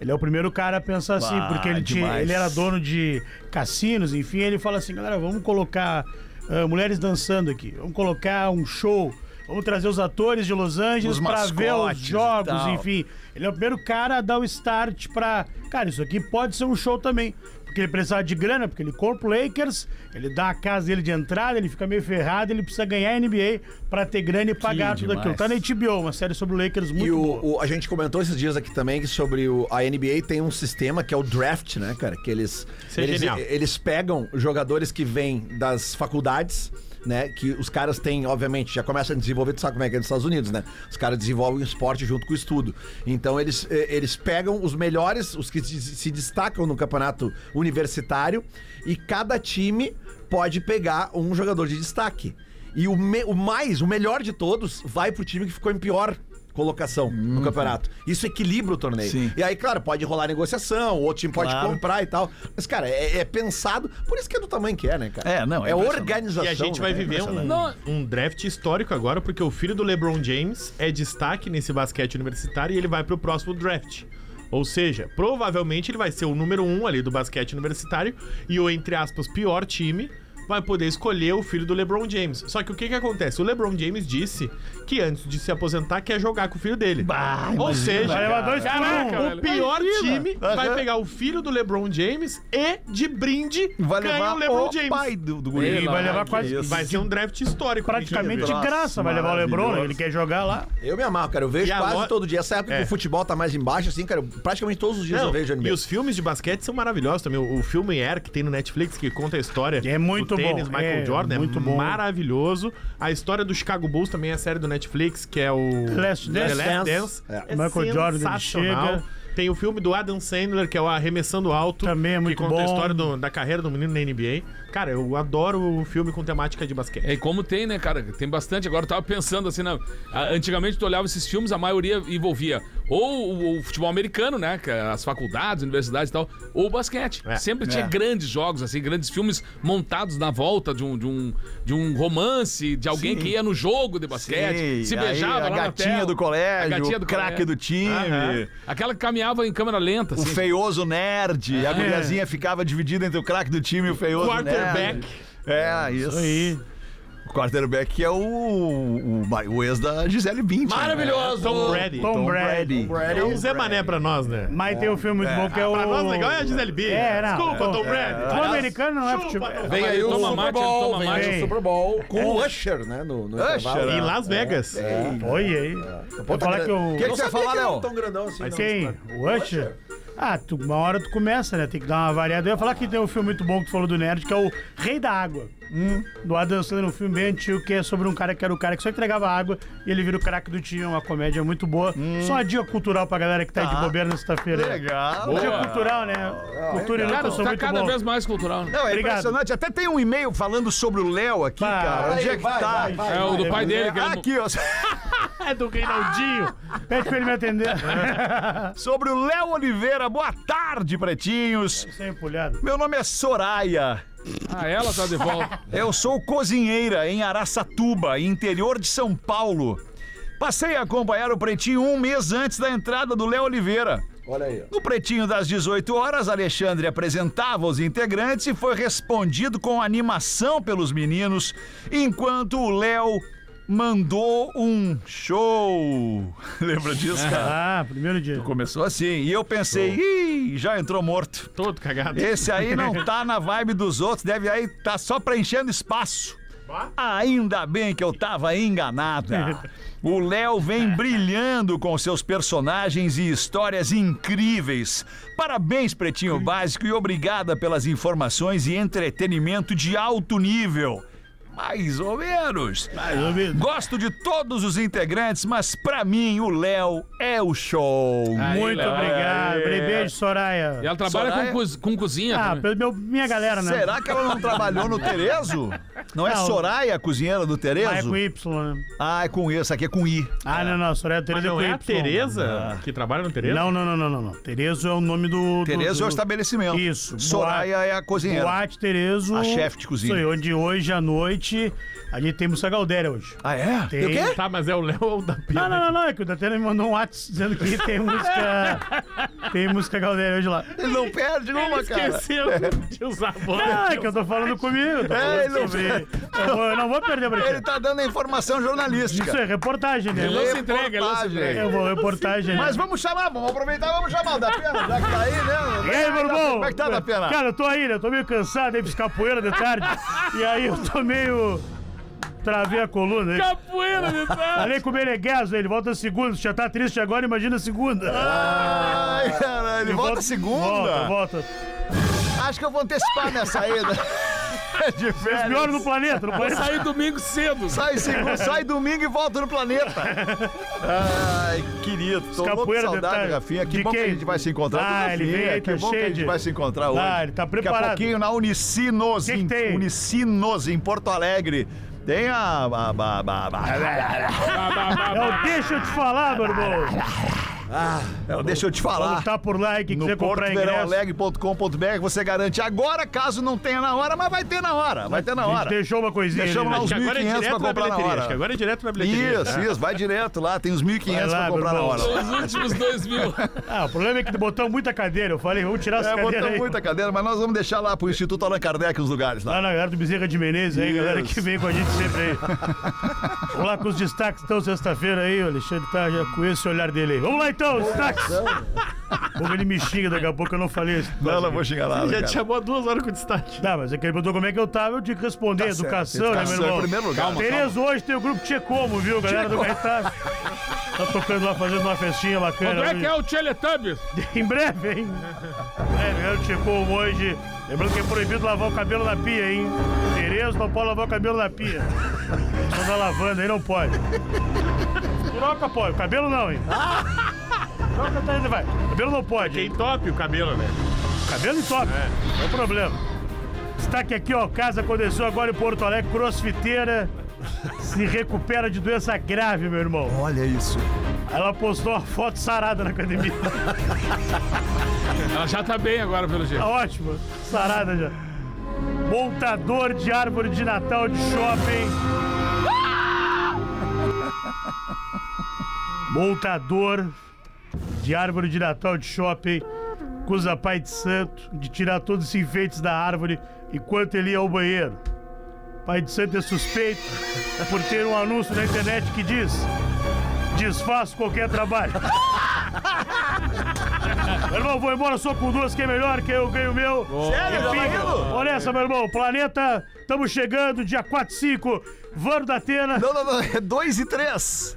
Ele é o primeiro cara a pensar assim,
Bah,
porque ele, tinha-
demais.
ele era dono de cassinos, enfim, ele fala assim, galera, vamos colocar ah, mulheres dançando aqui, vamos colocar um show, vamos trazer os atores de Los Angeles
Os
pra ver os
mascotes e
jogos,
tal.
enfim. Ele é o primeiro cara a dar o start pra. Cara, isso aqui pode ser um show também. Porque ele precisava de grana, porque ele compra o Lakers, ele dá a casa dele de entrada, ele fica meio ferrado, ele precisa ganhar a NBA pra ter grana e pagar tudo
demais.
aquilo. Tá na HBO, uma série sobre o Lakers muito
E o,
boa.
o- a gente comentou esses dias aqui também que sobre o, a NBA tem um sistema que é o draft, né, cara? Que eles,
é
eles,
genial.
eles pegam jogadores que vêm das faculdades. Né, que os caras têm, obviamente, já começam a desenvolver, tu sabe como é que é nos Estados Unidos, né? Os caras desenvolvem o esporte junto com o estudo. Então eles, eh, eles pegam os melhores, os que se se destacam no campeonato universitário, e cada time pode pegar um jogador de destaque. E o, me- o mais, o melhor de todos, vai pro time que ficou em pior colocação no campeonato. Isso equilibra o torneio.
Uhum. Sim.
E aí, claro, pode rolar negociação, o outro time pode comprar e tal. Mas, cara, é, é pensado. Por isso que é do tamanho que é, né, cara?
É, não, é
É
impressionante.
organização.
E a gente vai
né?
viver um,
impressionante.
um draft histórico agora, porque o filho do LeBron James é destaque nesse basquete universitário e ele vai pro próximo draft. Ou seja, provavelmente ele vai ser o número um ali do basquete universitário e o, entre aspas, pior time vai poder escolher o filho do LeBron James. Só que o que que acontece? O LeBron James disse que antes de se aposentar quer jogar com o filho dele. Ou seja,
Vai levar dois por um.
Caraca, velho.
o pior time vai
Aham.
pegar o filho do LeBron James e, de brinde,
Vai
ganha
levar
o LeBron
o
James.
pai do, do guri.
Ele vai levar quase.
Vai ser um draft histórico.
Praticamente de
mentira.
graça, vai levar o Lebron, né?
maravilhoso.
ele quer jogar lá.
Eu me amarro, cara. Eu vejo
E a
quase
mo-
todo dia. Essa época
É.
que o futebol tá mais embaixo, assim, cara. eu- Praticamente todos os dias
Não,
eu vejo NBA.
e os filmes de basquete são maravilhosos também. O, o filme Air, que tem no Netflix, que conta a história
É
do
muito
tênis,
bom,
Michael
é
Jordan,
muito
é
bom.
maravilhoso. A história do Chicago Bulls também é a série do Netflix, que é o
Last
The
Dance.
Last Dance.
É.
Michael Jordan, ele
sensacional.
chega.
Tem o filme do Adam Sandler, que é o Arremessando Alto.
Também é muito
Que conta a
bom.
história do- da carreira do menino na NBA. Cara, eu adoro o filme com temática de basquete.
É, e como tem, né, cara? Tem bastante. Agora eu tava pensando assim, né? a- Antigamente tu olhava esses filmes, a maioria envolvia ou o, o futebol americano, né? que é As faculdades, universidades e tal, ou o basquete.
É.
Sempre tinha grandes jogos, assim, grandes filmes montados na volta de um, de um, de um romance, de alguém que ia no jogo de basquete,
Sim,
se
aí
beijava
a
lá na
gatinha
tela.
do colégio,
a gatinha do
o craque
colégio.
do time,
Aham.
Aquela que caminhava em câmera lenta,
o
assim.
feioso nerd, a guriazinha ficava dividida entre o craque do time e o feioso
Quarterback.
nerd. É, isso.
Aí.
O quarterback que é o, o, o ex da Gisele Bündchen.
Maravilhoso!
Tom Brady.
Tom Brady.
É um Zé Mané pra nós, né?
Mas tem um filme muito bom que é o.
Pra nós, legal é a Gisele B.
É, não.
Desculpa, Tom Brady.
O americano não é futebol.
Vem aí o
Toma
Super
mate, ele
Bowl,
toma
vem aí
mate.
o Super Bowl com
É.
o Usher, né? No, no
Usher,
intervalo.
Em
é.
Las Vegas.
Olha aí.
É.
Vou falar que o.
Quem que
você ia
sabia
falar,
que era
Léo?
Tão grandão assim, não,
Quem?
cara.
O Usher? Ah, tu, uma hora tu começa, né? Tem que dar uma variada. Eu ia falar que tem um filme muito bom que tu falou do Nerd, que é o Rei da Água. Do Adam Sandler, um filme bem antigo, que é sobre um cara que era o cara que só entregava água e ele vira o craque do time. É uma comédia muito boa. Só uma dica cultural pra galera que tá, aí de bobeira na sexta-feira.
Legal.
Dica cultural, né? Cultura e
Cara,
luta são
tá
muito
cada
bom.
vez mais cultural. né?
Não, é
Obrigado.
impressionante. Até tem um e-mail falando sobre o Léo aqui,
Vai,
cara. Onde é que
Vai,
tá?
vai, vai,
É o do pai dele, que
Ah,
era
aqui, ó.
É do Reinaldinho.
Pede pra ele me atender.
Sobre o Léo Oliveira. Boa tarde, pretinhos.
Sem empolhado.
Meu nome é Soraya.
Ah, ela tá de volta.
Eu sou cozinheira em Araçatuba, interior de São Paulo. Passei a acompanhar o Pretinho um mês antes da entrada do Léo Oliveira.
Olha aí. ó.
No Pretinho das 18 horas, Alexandre apresentava os integrantes e foi respondido com animação pelos meninos, enquanto o Léo mandou um show. Lembra disso, cara?
Ah, primeiro dia.
Começou assim. E eu pensei, ih, já entrou morto.
Todo cagado.
Esse aí não tá na vibe dos outros, deve aí tá só preenchendo espaço. Ainda bem que eu tava enganada. O Léo vem brilhando com seus personagens e histórias incríveis. Parabéns, Pretinho Básico, e obrigada pelas informações e entretenimento de alto nível. Mais ou menos. Gosto de todos os integrantes, mas pra mim o Léo é o show.
Ah,
Muito
Léo.
obrigado. Beijo, Soraya.
E ela trabalha
Soraya?
com, coz- com cozinha.
Ah,
também.
pelo meu, minha galera, né?
Será que ela não trabalhou no Terezo? Não é
Não.
Soraya a cozinheira do Terezo?
Ah, é com Y, né?
Ah, é com I, essa aqui é com I.
Ah, não, não, Soraya
Mas
Tereza
não
com
é a
Y. né?
Tereza que trabalha no Tereza?
Não, não, não, não, não, não. Terezo é o nome do. do-
Terezo
do-
é o estabelecimento.
Isso.
Soraya é a cozinheira.
Boate Terezo.
A chefe de cozinha.
Isso aí, onde hoje à noite a gente tem Mussa Galdéria hoje.
Ah, é?
Tem.
E o quê?
Tá, mas é o Léo ou o da Pia?
Não, não, não, não, é que o Datena me mandou um WhatsApp dizendo que tem música. tem música Galdéria hoje lá.
Ele não perde uma, cara.
Esqueceu de usar a bola.
Não, é que eu tô falando comigo. eu Tô falando
É, ele não-
sobre... eu, vou- eu não vou perder pra
Ele
ti.
tá dando a informação
Isso
jornalística.
é reportagem, né?
Ele- lança entrega, ele lança entrega.
Eu vou reportagem. né?
Mas vamos chamar, vamos aproveitar, vamos chamar o da pena, já que tá aí, né?
E aí, meu irmão?
Como é que tá da pena?
Cara, eu tô aí, né? Eu tô meio cansado, aí fiz capoeira de tarde. e aí eu tô meio. Travei a coluna, né?
Capoeira de trás.
Falei com o Menegas, ele volta segunda. Se já tá triste agora, imagina segunda.
Ai, cara, ele Ah, volta
Volta,
segunda.
volta.
Acho que eu vou antecipar minha saída. É de férias.
Pior no planeta, no
Vai
planeta.
sair domingo cedo.
Sai, segunda, sai domingo e volta no planeta. Ai, querido, tô louco de
Capoeira
saudade,
detalhe.
Rafinha. Que
De
bom que a
quem?
gente vai se encontrar.
Ah,
do
ele
Rafinha.
vem aí,
que
tá
bom que a
cheio
gente
de-
vai se encontrar hoje.
ele
Daqui
tá
a
preparado.
pouquinho na Unicinos,
Que que
em,
tem?
Unicinos, em Porto Alegre. Tem a... a- a- a- a-
É,
Bah, bah, bah,
Não, deixa eu te falar, meu irmão. é.
Então, deixa eu te falar.
Como tá por lá e que
No
quiser comprar ingresso.
portoverãoalegre.com.br você garante agora, caso não tenha na hora, mas vai ter na hora, vai ter na
A gente
hora.
deixou uma coisinha.
Deixamos
ali,
lá
né?
os
Acho que agora é
1.500 pra
direto na
comprar na
bilheteria.
hora.
Acho que agora é direto na bilheteria.
Isso, isso, vai direto lá, tem os 1.500
Vai lá,
pra comprar na
meu
hora.
Os últimos dois mil.
Ah, o problema é que botou muita cadeira. Eu falei, vamos tirar essa
É,
cadeira
botou
aí.
muita cadeira, mas nós vamos deixar lá pro Instituto Allan Kardec os lugares lá.
Lá na galera do Bezerra de Menezes aí, galera que vem com a gente sempre aí. Vamos lá com os destaques, então, sexta-feira aí, o Alexandre tá já com esse olhar dele aí. Vamos lá então, os destaques! Como ele me xinga daqui a pouco, eu não falei isso.
Não, não vou chegar lá.
Já
cara.
te chamou há duas horas com destaque.
Tá, mas é que ele perguntou como é que eu tava, eu tinha que responder. educação, né, meu
educação é
irmão?
em primeiro lugar, calma,
Tereza, hoje tem o grupo Tchecomo, viu, galera do Gaetano. Tá tocando lá, fazendo uma festinha bacana.
Como é
hoje.
que é o Teletubbies?
Em breve, hein? É, galera, chegou hoje. Lembrando que é proibido lavar o cabelo na pia, hein? Tereza não pode lavar o cabelo na pia. Não tá lavando aí, não pode. Troca pode, o cabelo não, hein? Troca tá indo, vai. Cabelo não pode.
Quem
hein?
top o cabelo, velho.
Cabelo e top. É. Não é problema. Destaque aqui, ó. Casa aconteceu agora em Porto Alegre, crossfiteira. Se recupera de doença grave, meu irmão.
Olha isso.
Ela postou uma foto sarada na academia.
Ela já tá bem agora, pelo
Ah,
jeito.
Tá ótimo. Sarada já. Montador de árvore de Natal de shopping. Montador de árvore de Natal de shopping. Acusa pai de santo de tirar todos os enfeites da árvore enquanto ele ia ao banheiro. Pai de santo é suspeito por ter um anúncio na internet que diz: desfaço qualquer trabalho. Meu irmão, vou embora só com duas, que é melhor, que eu ganho o meu. Sério, Enfim, olha essa, meu irmão. Planeta, estamos chegando, dia 4 e 5. Vano da Atena.
Não, não, não, é 2 e 3.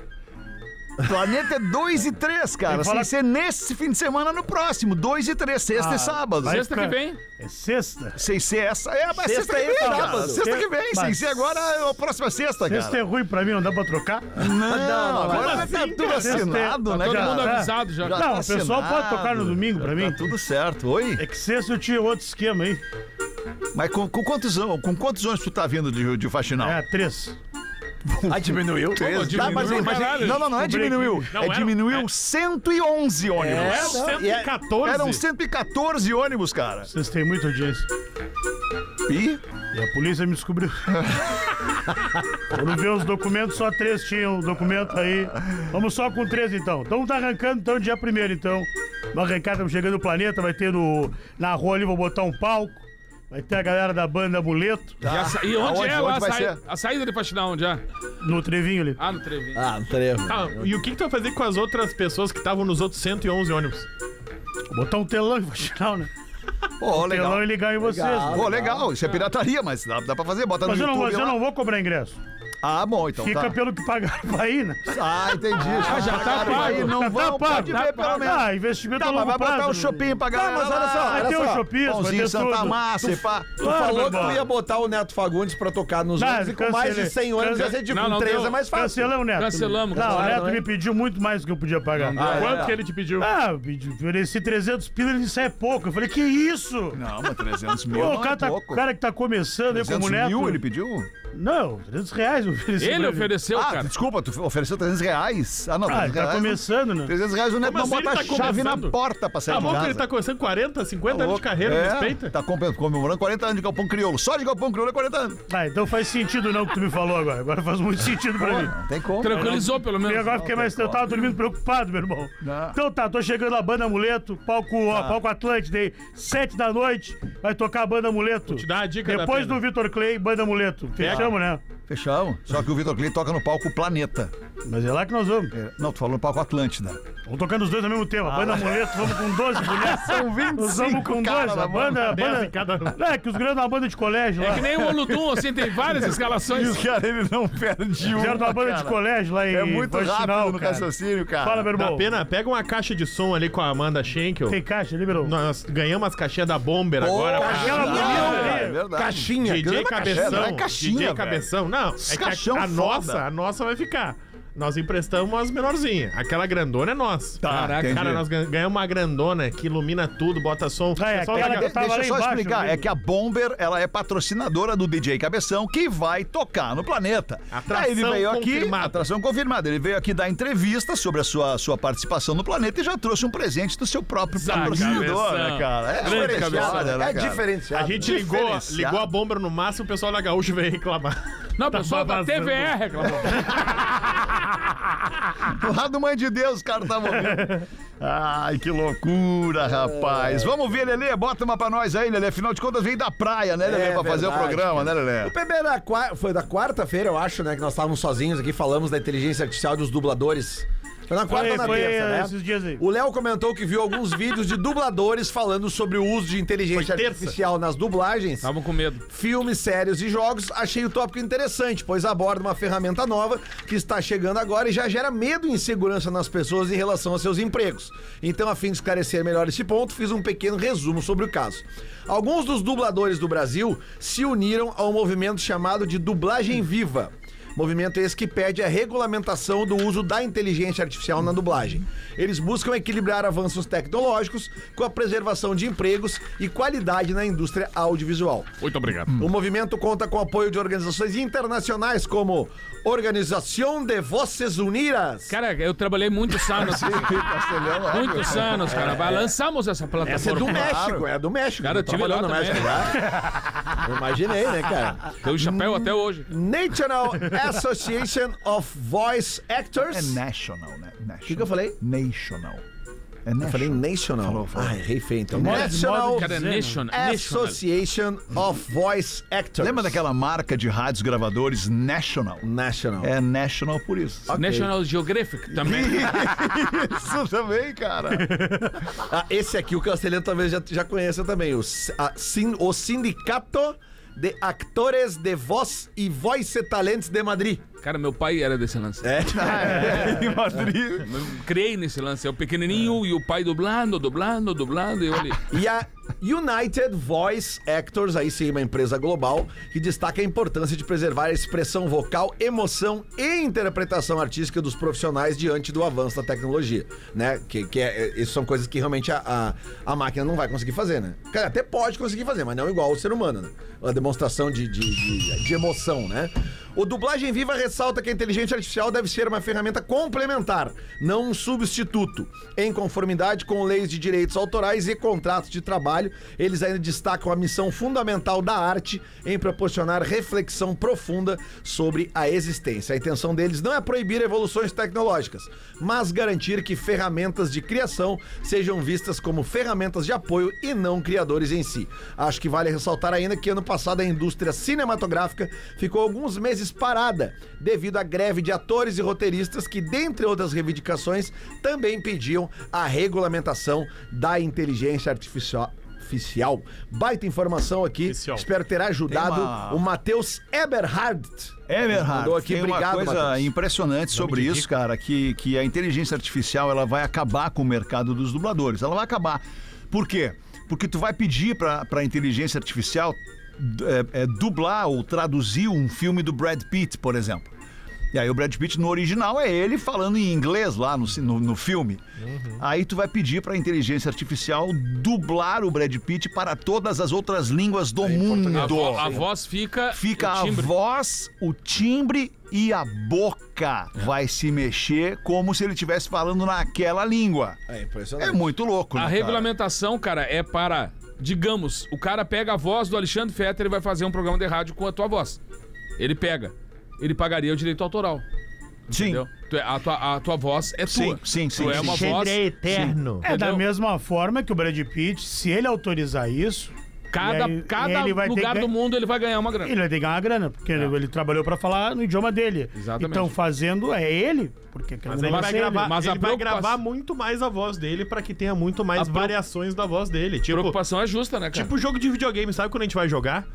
Planeta é 2 e 3, cara.
Tem que
Sem
falar-
ser nesse fim de semana, no próximo. 2 e 3, sexta e sábado.
vai-
Sexta que
ah.
vem.
Tá.
É sexta.
Sem ser essa. É, mas sexta, que vem, cara. Sexta que vem, sem
Mas-
ser agora, é a próxima sexta, cara.
Sexta é ruim pra mim, não dá pra trocar.
Não, agora já tá tudo
cara? Sexta é-
assinado,
tá
né,
Todo
cara?
mundo
tá.
avisado já.
Já
Não,
tá
o pessoal
assinado.
pode tocar no domingo pra
Já
mim.
Tá tudo certo. Oi?
É que sexta eu tinha outro esquema aí.
Mas com, com quantos anos, com quantos anos tu tá vindo de, de faxinal?
É, três.
Ah, diminuiu?
Pô,
Tá, mas,
diminuiu,
mas-
caralho.
não, não, não é diminuiu.
Não,
é
era-
diminuiu 111
É,
ônibus.
não, e é-
114.
Eram 114 ônibus, cara.
Vocês têm muita audiência.
E
E a polícia me descobriu. Quando vê os documentos, só três tinham o documento aí. Vamos só com três então. Então tá arrancando então dia primeiro então. Vamos arrancar, estamos chegando no planeta, vai ter no, na rua ali, vou botar um palco. Vai ter a galera da banda Muleto,
Tá.
E, a sa- e onde
Aonde?
é
Onde
lá a,
vai
saí-
ser?
a saída de faxinal? Onde é?
no trevinho ali.
Ah, no Trevi.
Ah, trevo.
Ah, e o que, que tu vai fazer com as outras pessoas que estavam nos outros 111 ônibus?
Vou botar um telão em vaginal, né?
Pô, legal.
Telão e ligar em vocês. né?
Pô, legal. Isso é pirataria, mas dá, dá pra fazer. Bota no
Mas eu não, vou,
YouTube
eu
lá.
não vou cobrar ingresso.
Ah, bom, então
Fica
tá.
pelo que pagaram pra ir, né?
Ah, entendi. Ah, já
tá pago.
Aí, não
Tá
vão,
pago,
pode
tá
ver pelo
pago.
menos.
Ah, investimento
Tá,
a
mas
longo
vai botar
prazo. né?
um shopping pra
Ah,
galera
mas olha
lá.
só,
Vai
olha
ter o
só.
um Chopismo, vai
Pãozinho
ter
Santa
tudo.
Massa, e pá.
Tu
Ah,
falou
meu
que tu
irmão.
ia botar o Neto Fagundes pra tocar nos
Não,
ônibus e com mais de
cancelei.
100 ônibus ia ser de
Não, não,
13
deu.
é mais fácil.
Cancelamos, Neto.
Cancelamos,
Não, o
cancelamos,
Neto
hein?
me pediu muito mais do que eu podia pagar.
Não deu.
Ah,
Quanto
é.
que ele te pediu?
Ah, eu pedi- ofereci 300 pila, ele disse, é pouco. Eu falei, que isso?
Não, mas 300 mil
Pô,
não
o, cara
é
tá-
pouco.
o cara que tá começando aí como
300
neto.
mil ele pediu?
Não, 300 reais eu ofereci. pra
Ele ofereceu,
ah,
cara.
desculpa, tu ofereceu 300 reais? Ah, não,
Ah,
300
ele tá
reais.
começando, né?
300 reais o Neto
Como
não
assim ele
bota
tá
a chave
começando?
na porta pra sair
Tá
de
bom
casa.
que ele tá começando 40, 50 anos de carreira,
é,
respeita.
Tá comem- comemorando 40 anos de Galpão Crioulo. Só de Galpão Crioulo é 40 anos.
Ah, então faz sentido não o que tu me falou agora. Agora faz muito sentido
Tá
pra mim.
Não tem como.
Tranquilizou, pelo
E
menos.
agora fiquei mais. Eu tava dormindo preocupado, meu irmão. Então tá, tô chegando a banda Amuleto, palco, ó, palco Atlântida aí, 7 da noite, vai tocar a banda Amuleto.
te dar a dica da
Depois
pena.
do Vitor Clay, banda Amuleto. Fechamos, né?
Fechamos. Só que o Vitor Clay toca no palco Planeta.
Mas é lá que nós vamos.
É, Não, tu falou no palco Atlântida.
Vamos tocando os dois ao mesmo tempo. A banda Amuleto, vamos com 12 mulheres.
São 25
Nós vamos com
cara
12.
na
A banda. A
Dez
banda
em cada um.
Não, é que os grandes da banda de
um
colégio
É
lá.
que nem o Oludum, assim, tem várias escalações.
Cara, ele não perde um.
Fizeram da banda de colégio lá em
É muito rápido
Faxinal,
no
cara.
raciocínio, cara.
Fala, meu
Dá
irmão.
pena, pega uma caixa de som ali com a Amanda Schenkel.
Tem caixa, liberou.
Nós ganhamos as caixinhas da Bomber agora. pra-
Aquela bonita
É
ali.
verdade.
Caixinha.
DJ
grana
Cabeção.
não é caixinha,
DJ
velho.
Cabeção. Não, é que
Caixão
a, a
foda.
nossa, a nossa vai ficar. Nós emprestamos as menorzinhas. Aquela grandona é nossa.
Caraca.
Cara,
Tá, entendi.
nós gan- ganhamos uma grandona que ilumina tudo, bota som.
Ah, é
O pessoal
aquela
joga-
que eu tava
Deixa
lá
eu só
embaixo,
explicar,
né?
é que a Bomber, ela é patrocinadora do DJ Cabeção, que vai tocar no planeta.
Atração
Aí ele veio aqui,
confirmada.
atração confirmada, ele veio aqui dar entrevista sobre a sua, sua participação no planeta e já trouxe um presente do seu próprio
Zaga,
patrocinador,
Cabeção.
né, cara? É
Grande Cabeção.
diferenciada, né,
É
cara?
diferenciado.
A gente ligou,
Diferenciado.
ligou a bomba no máximo, o pessoal da Gaúcha veio reclamar.
Não,
Tá
pessoal da
vazando.
TVR reclamou.
Lá do Mãe de Deus, cara, tá morrendo. Ai, que loucura, rapaz. Vamos ver, Lelê, bota uma pra nós aí, Lelê. Afinal de contas, veio da praia, né, Lelê,
É
pra fazer o
verdade,
programa, né, Lelê?
O PB era qua- foi da quarta-feira, eu acho, né? Que nós estávamos sozinhos aqui, falamos da inteligência artificial e dos dubladores. Foi na quarta
Foi,
ou na
foi, é,
terça, né?
esses dias aí.
O Léo comentou que viu alguns vídeos de dubladores falando sobre o uso de inteligência
Foi terça.
artificial nas dublagens.
Estavam com medo.
Filmes, séries e jogos, achei o tópico interessante, pois aborda uma ferramenta nova que está chegando agora e já gera medo e insegurança nas pessoas em relação aos seus empregos. Então, a fim de esclarecer melhor esse ponto, fiz um pequeno resumo sobre o caso. Alguns dos dubladores do Brasil se uniram a um movimento chamado de Dublagem Viva. Movimento esse que pede a regulamentação do uso da inteligência artificial na dublagem. Eles buscam equilibrar avanços tecnológicos com a preservação de empregos e qualidade na indústria audiovisual.
Muito obrigado.
O movimento conta com apoio de organizações internacionais como Organização de Voces Unidas.
Cara, eu trabalhei muitos anos.
tá Castelhano, ó, meu.
muitos anos, cara. Vai, lançamos essa
Essa é do
plataforma.
México, é do México.
Cara, eu
Tô
tive lá
trabalhando no
também.
México, tá? Eu Imaginei, né, cara?
Tem o chapéu até hoje.
National Association of Voice Actors.
É national, né? O
que que eu falei?
National. É national.
Eu falei national. Ah, errei feio, então.
Modo-
National
modo de
Cara, é
Dizendo.
national. national.
Association of Voice Actors.
Lembra daquela marca de rádios gravadores National?
National.
É National por isso.
Ok.
National Geographic também.
Isso também, cara.
Ah, esse aqui o Castelhano talvez já, já conheça também. O, S- a Sin- o Sindicato de Actores de Voz e Voice Talents de Madrid.
Cara, meu pai era desse lance.
É. em Madrid.
Eu Criei nesse lance. Eu pequenininho e o pai dublando, dublando, dublando. E eu ali.
E a United Voice Actors, aí sim, uma empresa global, que destaca a importância de preservar a expressão vocal, emoção e interpretação artística dos profissionais diante do avanço da tecnologia, né? Que, que é, é, isso são coisas que realmente a, a, a máquina não vai conseguir fazer, né? Cara, até pode conseguir fazer, mas não igual o ser humano, né? A demonstração de, de, de, de emoção, né? O Dublagem Viva ressalta que a inteligência artificial deve ser uma ferramenta complementar, não um substituto. Em conformidade com leis de direitos autorais e contratos de trabalho, eles ainda destacam a missão fundamental da arte em proporcionar reflexão profunda sobre a existência. A intenção deles não é proibir evoluções tecnológicas, mas garantir que ferramentas de criação sejam vistas como ferramentas de apoio e não criadores em si. Acho que vale ressaltar ainda que ano passado a indústria cinematográfica ficou alguns meses parada devido à greve de atores e roteiristas que, dentre outras reivindicações, também pediam a regulamentação da inteligência artificial. Oficial. Baita informação aqui.
Oficial.
Espero ter ajudado
Tem uma-
o Matheus Eberhardt.
Eberhard,
Mandou aqui,
É tem
obrigado,
uma coisa
Matheus.
impressionante sobre isso, cara, que, que a inteligência artificial ela vai acabar com o mercado dos dubladores. Ela vai acabar. Por quê? Porque tu vai pedir pra, pra inteligência artificial é, é, dublar ou traduzir um filme do Brad Pitt, por exemplo. E aí o Brad Pitt no original é ele falando em inglês lá no, ci- no, no filme.
Uhum.
Aí tu vai pedir pra inteligência artificial dublar o Brad Pitt para todas as outras línguas do mundo
A, vo- a voz fica.
Ah, fica
o
a
timbre.
voz, o timbre e a boca vai se mexer como se ele estivesse falando naquela língua.
É
É
impressionante.
muito louco, né,
A
cara?
regulamentação, cara, é para. Digamos, o cara pega a voz do Alexandre Fetter e vai fazer um programa de rádio com a tua voz. Ele pega. Ele pagaria o direito autoral.
Sim.
Entendeu? Tu é- a, tua, a tua voz é
Sim,
tua.
sim, sim,
Tu é
sim.
uma voz.
Xandré eterno.
É da
Entendeu?
mesma forma que o Brad Pitt, se ele autorizar isso,
Cada,
e aí- e
cada
aí ele vai ter
lugar
que-
do mundo ele vai ganhar uma grana.
ele vai ter que ganhar uma grana, porque ele, ele trabalhou pra falar no idioma dele.
Exatamente.
Então fazendo é ele, porque
Mas
querendo ou
ele
não,
vai
ser
gravar,
Mas a
ele vai
preocupação-
gravar muito mais a voz dele pra que tenha muito mais
A pro-
variações da voz dele.
A
Tipo,
preocupação é justa, né, cara?
tipo jogo de videogame, sabe quando a gente vai jogar?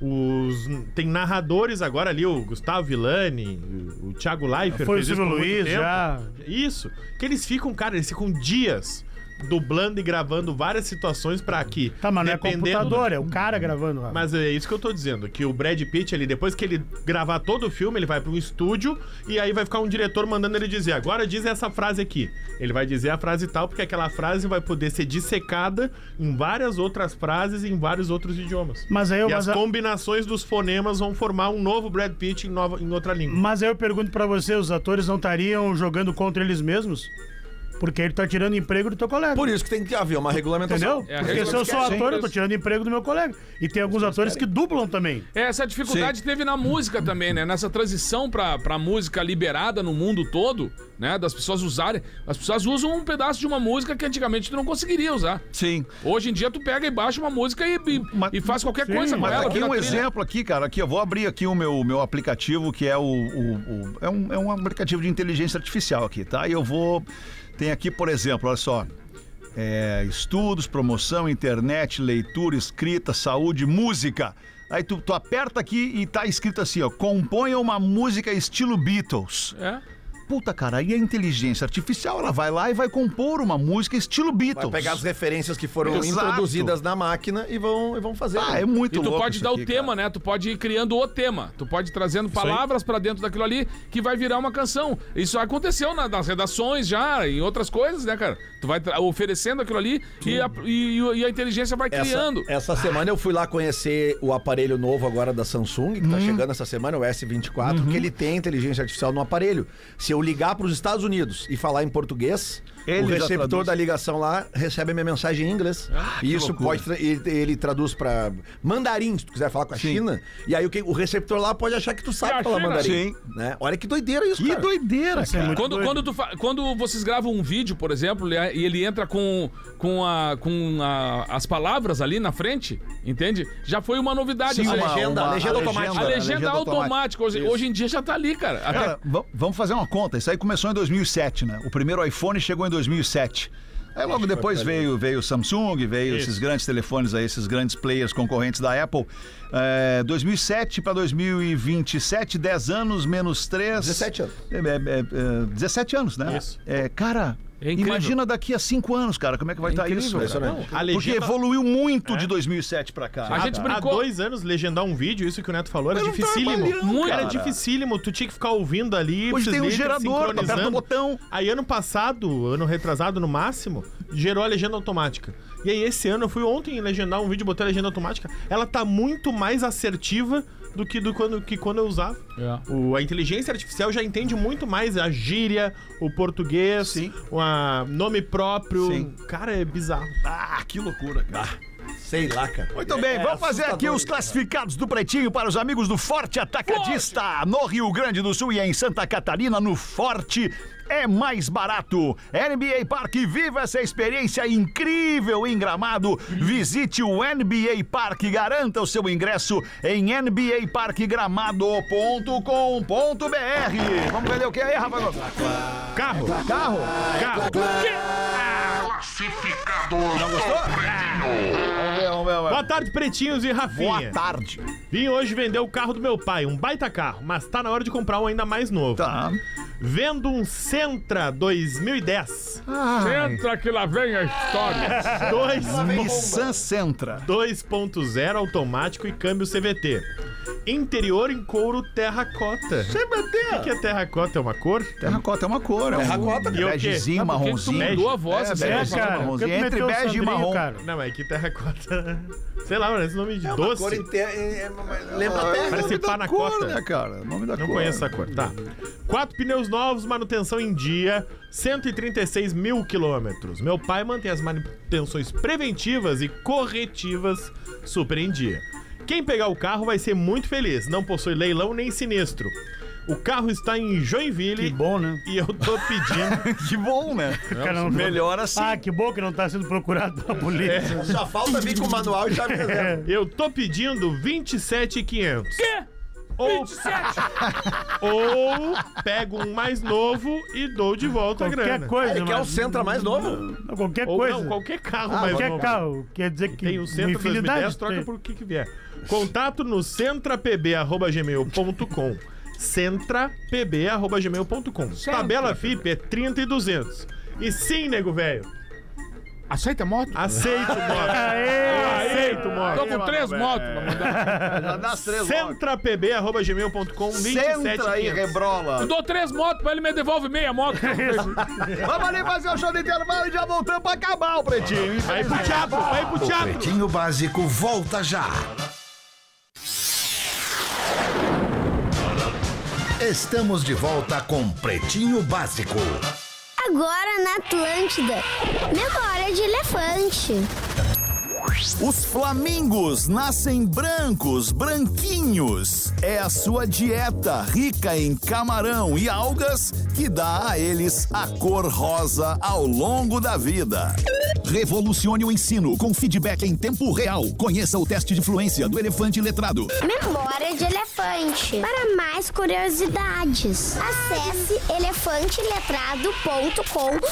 Os tem narradores agora ali, o Gustavo Villani, o- o Thiago Leifert,
Foi o
fez isso
Silvio
por muito
Luiz
tempo.
já.
Isso. Que eles ficam, cara, eles ficam dias dublando e gravando várias situações pra que.
Tá, mas não é
dependendo-
computador, é o cara gravando. Rafa.
Mas é isso que eu tô dizendo, que o Brad Pitt, ele, depois que ele gravar todo o filme, ele vai pra um estúdio e aí vai ficar um diretor mandando ele dizer, agora diz essa frase aqui. Ele vai dizer a frase tal, porque aquela frase vai poder ser dissecada em várias outras frases e em vários outros idiomas.
Mas aí eu-
e
mas
as
a-
combinações dos fonemas vão formar um novo Brad Pitt em, nova, em outra língua.
Mas aí eu pergunto pra você, os atores não estariam jogando contra eles mesmos? Porque ele tá tirando emprego do teu colega.
Por isso que tem que haver uma regulamentação.
Entendeu?
É, a
Porque se eu sou
regulação-
ator, eu tô tirando emprego do meu colega. E tem alguns atores que dublam também.
É, Essa dificuldade teve na música também, né? Nessa transição pra, pra música liberada no mundo todo, né? Das pessoas usarem. As pessoas usam um pedaço de uma música que antigamente tu não conseguiria usar.
Sim.
Hoje em dia tu pega e baixa uma música e, e,
Mas-
e faz qualquer coisa com
Mas
ela.
aqui
vira
um
trilha.
exemplo aqui, cara. Aqui eu vou abrir aqui o meu, meu aplicativo, que é o. o- o- é, um, é um aplicativo de inteligência artificial aqui, tá? E eu vou. Tem aqui, por exemplo, olha só. É, estudos, promoção, internet, leitura, escrita, saúde, música. Aí tu, tu aperta aqui e tá escrito assim, ó. Componha uma música estilo Beatles.
É.
Puta, cara, aí a inteligência artificial, ela vai lá e vai compor uma música estilo Beatles.
Vai pegar as referências que foram
Exato.
introduzidas na máquina e vão, e vão fazer.
Ah, é
E
muito
tu
louco
pode
isso
dar
aqui,
o
cara.
tema, né? Tu pode ir criando o tema. Tu pode ir trazendo palavras pra dentro daquilo ali que vai virar uma canção. Isso aconteceu na- nas redações já, em outras coisas, né, cara? Tu vai tra- oferecendo aquilo ali e a, e- e- e a inteligência vai
Essa,
criando.
essa semana eu fui lá conhecer o aparelho novo agora da Samsung, que tá
Hum.
chegando essa semana, o S24,
Uhum.
que ele tem inteligência artificial no aparelho. Se eu ligar para os Estados Unidos e falar em português,
Ele
o
já
receptor
traduz. Ah,
da ligação lá recebe a minha mensagem em inglês. e isso pode tra- ele, ele traduz para mandarim, se tu quiser falar com a China. E aí o, que- o receptor lá pode achar que tu
É a
sabe falar
China.
mandarim. Né? Olha que doideira isso,
Que
cara.
doideira,
Isso é
cara.
muito
Quando,
doido.
quando, tu fa- quando vocês gravam um vídeo, por exemplo, e e ele entra com, com, a, com a- as palavras ali na frente, entende? Já foi uma novidade.
Sim,
assim.
uma- legenda, a legenda
a,
automática.
legenda automática, hoje, hoje em dia já tá ali, cara. Até-
Cara, va- vamos fazer uma conta. Isso aí começou em 2007, né? O primeiro iPhone chegou em 2007. Aí logo depois veio, veio o Samsung, veio esses grandes telefones aí, esses grandes players concorrentes da Apple. É, 2007 para 2027, 10 anos menos 3.
17 anos.
É, é, é, é, 17 anos, né?
Isso.
É, cara,
É incrível.
imagina daqui a 5 anos, cara, como é que vai estar isso?
incrível,
cara?
impressionante.
Não,
A
Porque
legenda-
evoluiu muito de 2007 para cá.
É. A gente
Há-
brincou.
Há dois anos, legendar um vídeo, isso que o Neto falou, era
Eu não tava
dificílimo.
avaliando,
Muito, era
cara.
dificílimo, tu tinha que ficar ouvindo ali.
Hoje tem um
letra,
tá
gerador, tu aperta o
sincronizando.
botão.
Aí ano passado, ano retrasado no máximo, gerou a legenda automática. E aí esse ano eu fui ontem legendar um vídeo, botei a legenda automática. Ela tá muito mais assertiva do que do quando que quando eu usava.
É.
O, a inteligência artificial já entende muito mais a gíria, o português,
Sim.
o nome próprio.
Sim.
Cara, é bizarro.
Ah, que loucura, cara.
Sei lá, cara.
Muito bem, vamos fazer aqui
assustador,
os classificados do Pretinho para os amigos do Forte Atacadista no Rio Grande do Sul e em Santa Catarina, no Forte. É mais barato. NBA Parque, viva essa experiência incrível em Gramado. Visite o NBA Parque, garanta o seu ingresso em nbaparquegramado.com.br. Vamos vender o que aí, Rafa?
Carro!
Carro?
Carro!
Vamos ver, vamos ver, vamos ver.
Boa tarde, pretinhos e Rafinha.
Boa tarde.
Vim hoje vender o carro do meu pai, um baita carro, mas tá na hora de comprar um ainda mais novo.
Tá.
Vendo um Sentra 2010.
Entra que lá vem a história.
Ah,
Dois
Nissan Sentra.
2.0 automático e câmbio CVT. Interior em couro terracota. O que que é terracota? É uma cor?
Terracota é uma cor, é um
Terracota,
e o quê?
begezinho,
Ah, por que que tu
marronzinho.
mudou a voz,
é,
assim?
É,
bege,
cara.
marronzinho.
por que tu
Entre
meteu o
bege e
Sandrinho,
marrom.
Não, mas que terracota? Sei lá, mano, esse nome de
É uma
doce.
cor inteira. é- é- é-
Ah,
Lembra até.
Parece
Nome da
panacota.
cor, né, cara? Nome da
Não
cor.
conheço essa cor, tá. Quatro pneus novos, manutenção em dia, 136 mil quilômetros. Meu pai mantém as manutenções preventivas e corretivas super em dia. Quem pegar o carro vai ser muito feliz, não possui leilão nem sinistro. O carro está em Joinville
Que bom, né?
e eu tô pedindo.
Que bom, né?
Cara, não-
Melhor assim.
Ah, que bom que não tá sendo procurado pela
É,
polícia.
Só falta vir com o manual e chave de reserva.
eu tô pedindo 27,500. Quê? Ou,
27.
ou pego um mais novo e dou de volta a grana.
Qualquer
É
coisa,
Ele quer
mano.
o Sentra mais novo?
Não, Qualquer
Ou
coisa. Ah,
não, Ah, qualquer carro mais
Qualquer
novo.
carro. Quer dizer que
Tem o
uma
Centra 2010, troca por o que, que vier. Contato no centrapb.gmail.com centrapb.gmail.com Tabela FIP é 30 e 200. E sim, nego velho,
Aceita moto?
Aceito, Bob.
Aê!
Ah, Aceito,
Tô
Bob.
com três motos pra mandar.
Já dá as três logo.
Centrapb.gmail.com
Centra aí,
27
Eu
rebrola.
dou três motos pra ele me devolve meia moto.
Vamos ali fazer o show de intervalo e já voltamos pra acabar o pretinho.
Vai pro teatro, vai pro teatro.
Pretinho Básico volta já. Estamos de volta com Pretinho Básico.
Agora na Atlântida. Memória de elefante.
Os flamingos nascem brancos, branquinhos. É a sua dieta rica em camarão e algas que dá a eles a cor rosa ao longo da vida. Revolucione o ensino com feedback em tempo real. Conheça o teste de fluência do elefante letrado.
Memória de elefante. Para mais curiosidades, acesse elefanteletrado.com.br.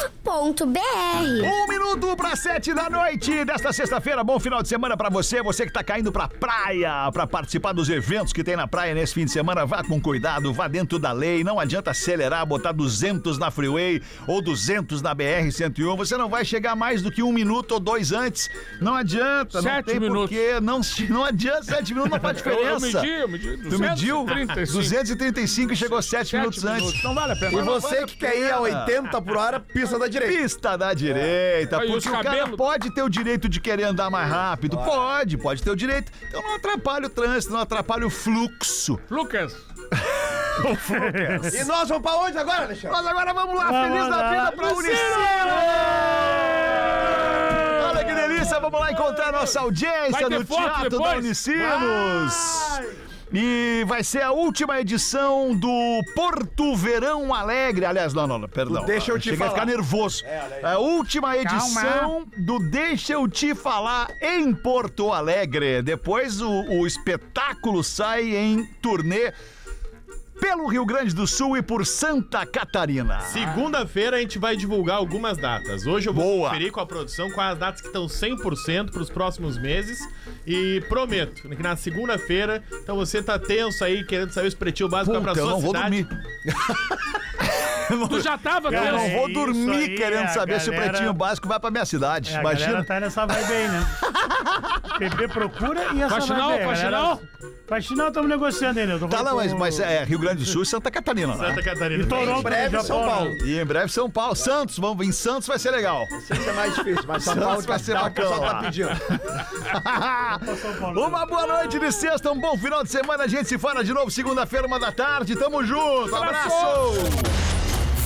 Um minuto para sete da noite desta sexta-feira. Bom final de semana para você, você que tá caindo pra praia, para participar dos eventos que tem na praia nesse fim de semana. Vá com cuidado, vá dentro da lei. Não adianta acelerar, botar 200 na freeway ou 200 na BR 101. Você não vai chegar mais do que um minuto ou dois antes. Não adianta, não
Sete
tem
minutos.
porquê. Não, se- não adianta, sete minutos não faz
Eu, eu
diferença.
medi, eu medi.
Tu mediu?
235.
235 e chegou sete minutos antes.
Não vale a pena.
E você que quer ir a 80 por hora, pista da direita.
Pista da direita.
É, Aí, os
Porque o cara
cabelos-
pode ter o direito de querer andar mais rápido. Pode, pode ter o direito. Então não atrapalha o trânsito, não atrapalha o fluxo.
Lucas,
E nós vamos pra onde agora, Alexandre?
Mas agora vamos lá,
Vamos
feliz da
lá.
vida pra
Lucero!
Unicinos! Olha que delícia, vamos lá encontrar nossa
Vai
audiência
ter
no
foto
Teatro da
depois?
Unicinos. E vai ser a última edição do Porto Verão Alegre. Aliás, não, não, não perdão.
Deixa Eu Te
Cheguei a
Falar.
ficar nervoso. É, a última edição do Deixa Eu Te Falar em Porto Alegre. Depois o, o espetáculo sai em turnê pelo Rio Grande do Sul e por Santa Catarina.
Segunda-feira a gente vai divulgar algumas datas. Hoje eu vou
Boa.
conferir com a produção quais as datas que estão 100% para os próximos meses. E prometo que na segunda-feira, então você tá tenso aí, querendo saber se o pretinho básico vai pra
Puta, eu
sua
não vou
cidade.
dormir.
tu já tava
Eu
Cara,
não
tenso.
é
vou
isso
dormir
aí,
querendo
a
saber se o
galera-
Pretinho Básico vai pra minha cidade.
É, a
Imagina.
galera tá nessa vibe aí, né? PP procura e essa
Faxinal,
vibe aí. a galera-
faxinal.
Faxinal, estamos negociando ainda. eu tô
Tá
falando
lá, mas,
com-
mas é Rio Grande do Sul e Santa Catarina, né?
Santa Catarina.
E Toronto,
breve,
no
São
Japão,
Paulo.
né?
E em breve São Paulo. Santos, vamos em Santos vai ser legal.
Isso é mais difícil, mas São Paulo
vai ser
capital, o pessoal
bacana.
tá pedindo.
Uma boa noite de sexta, um bom final de semana. A gente se fala de novo segunda-feira, uma da tarde. Tamo junto. Abraço.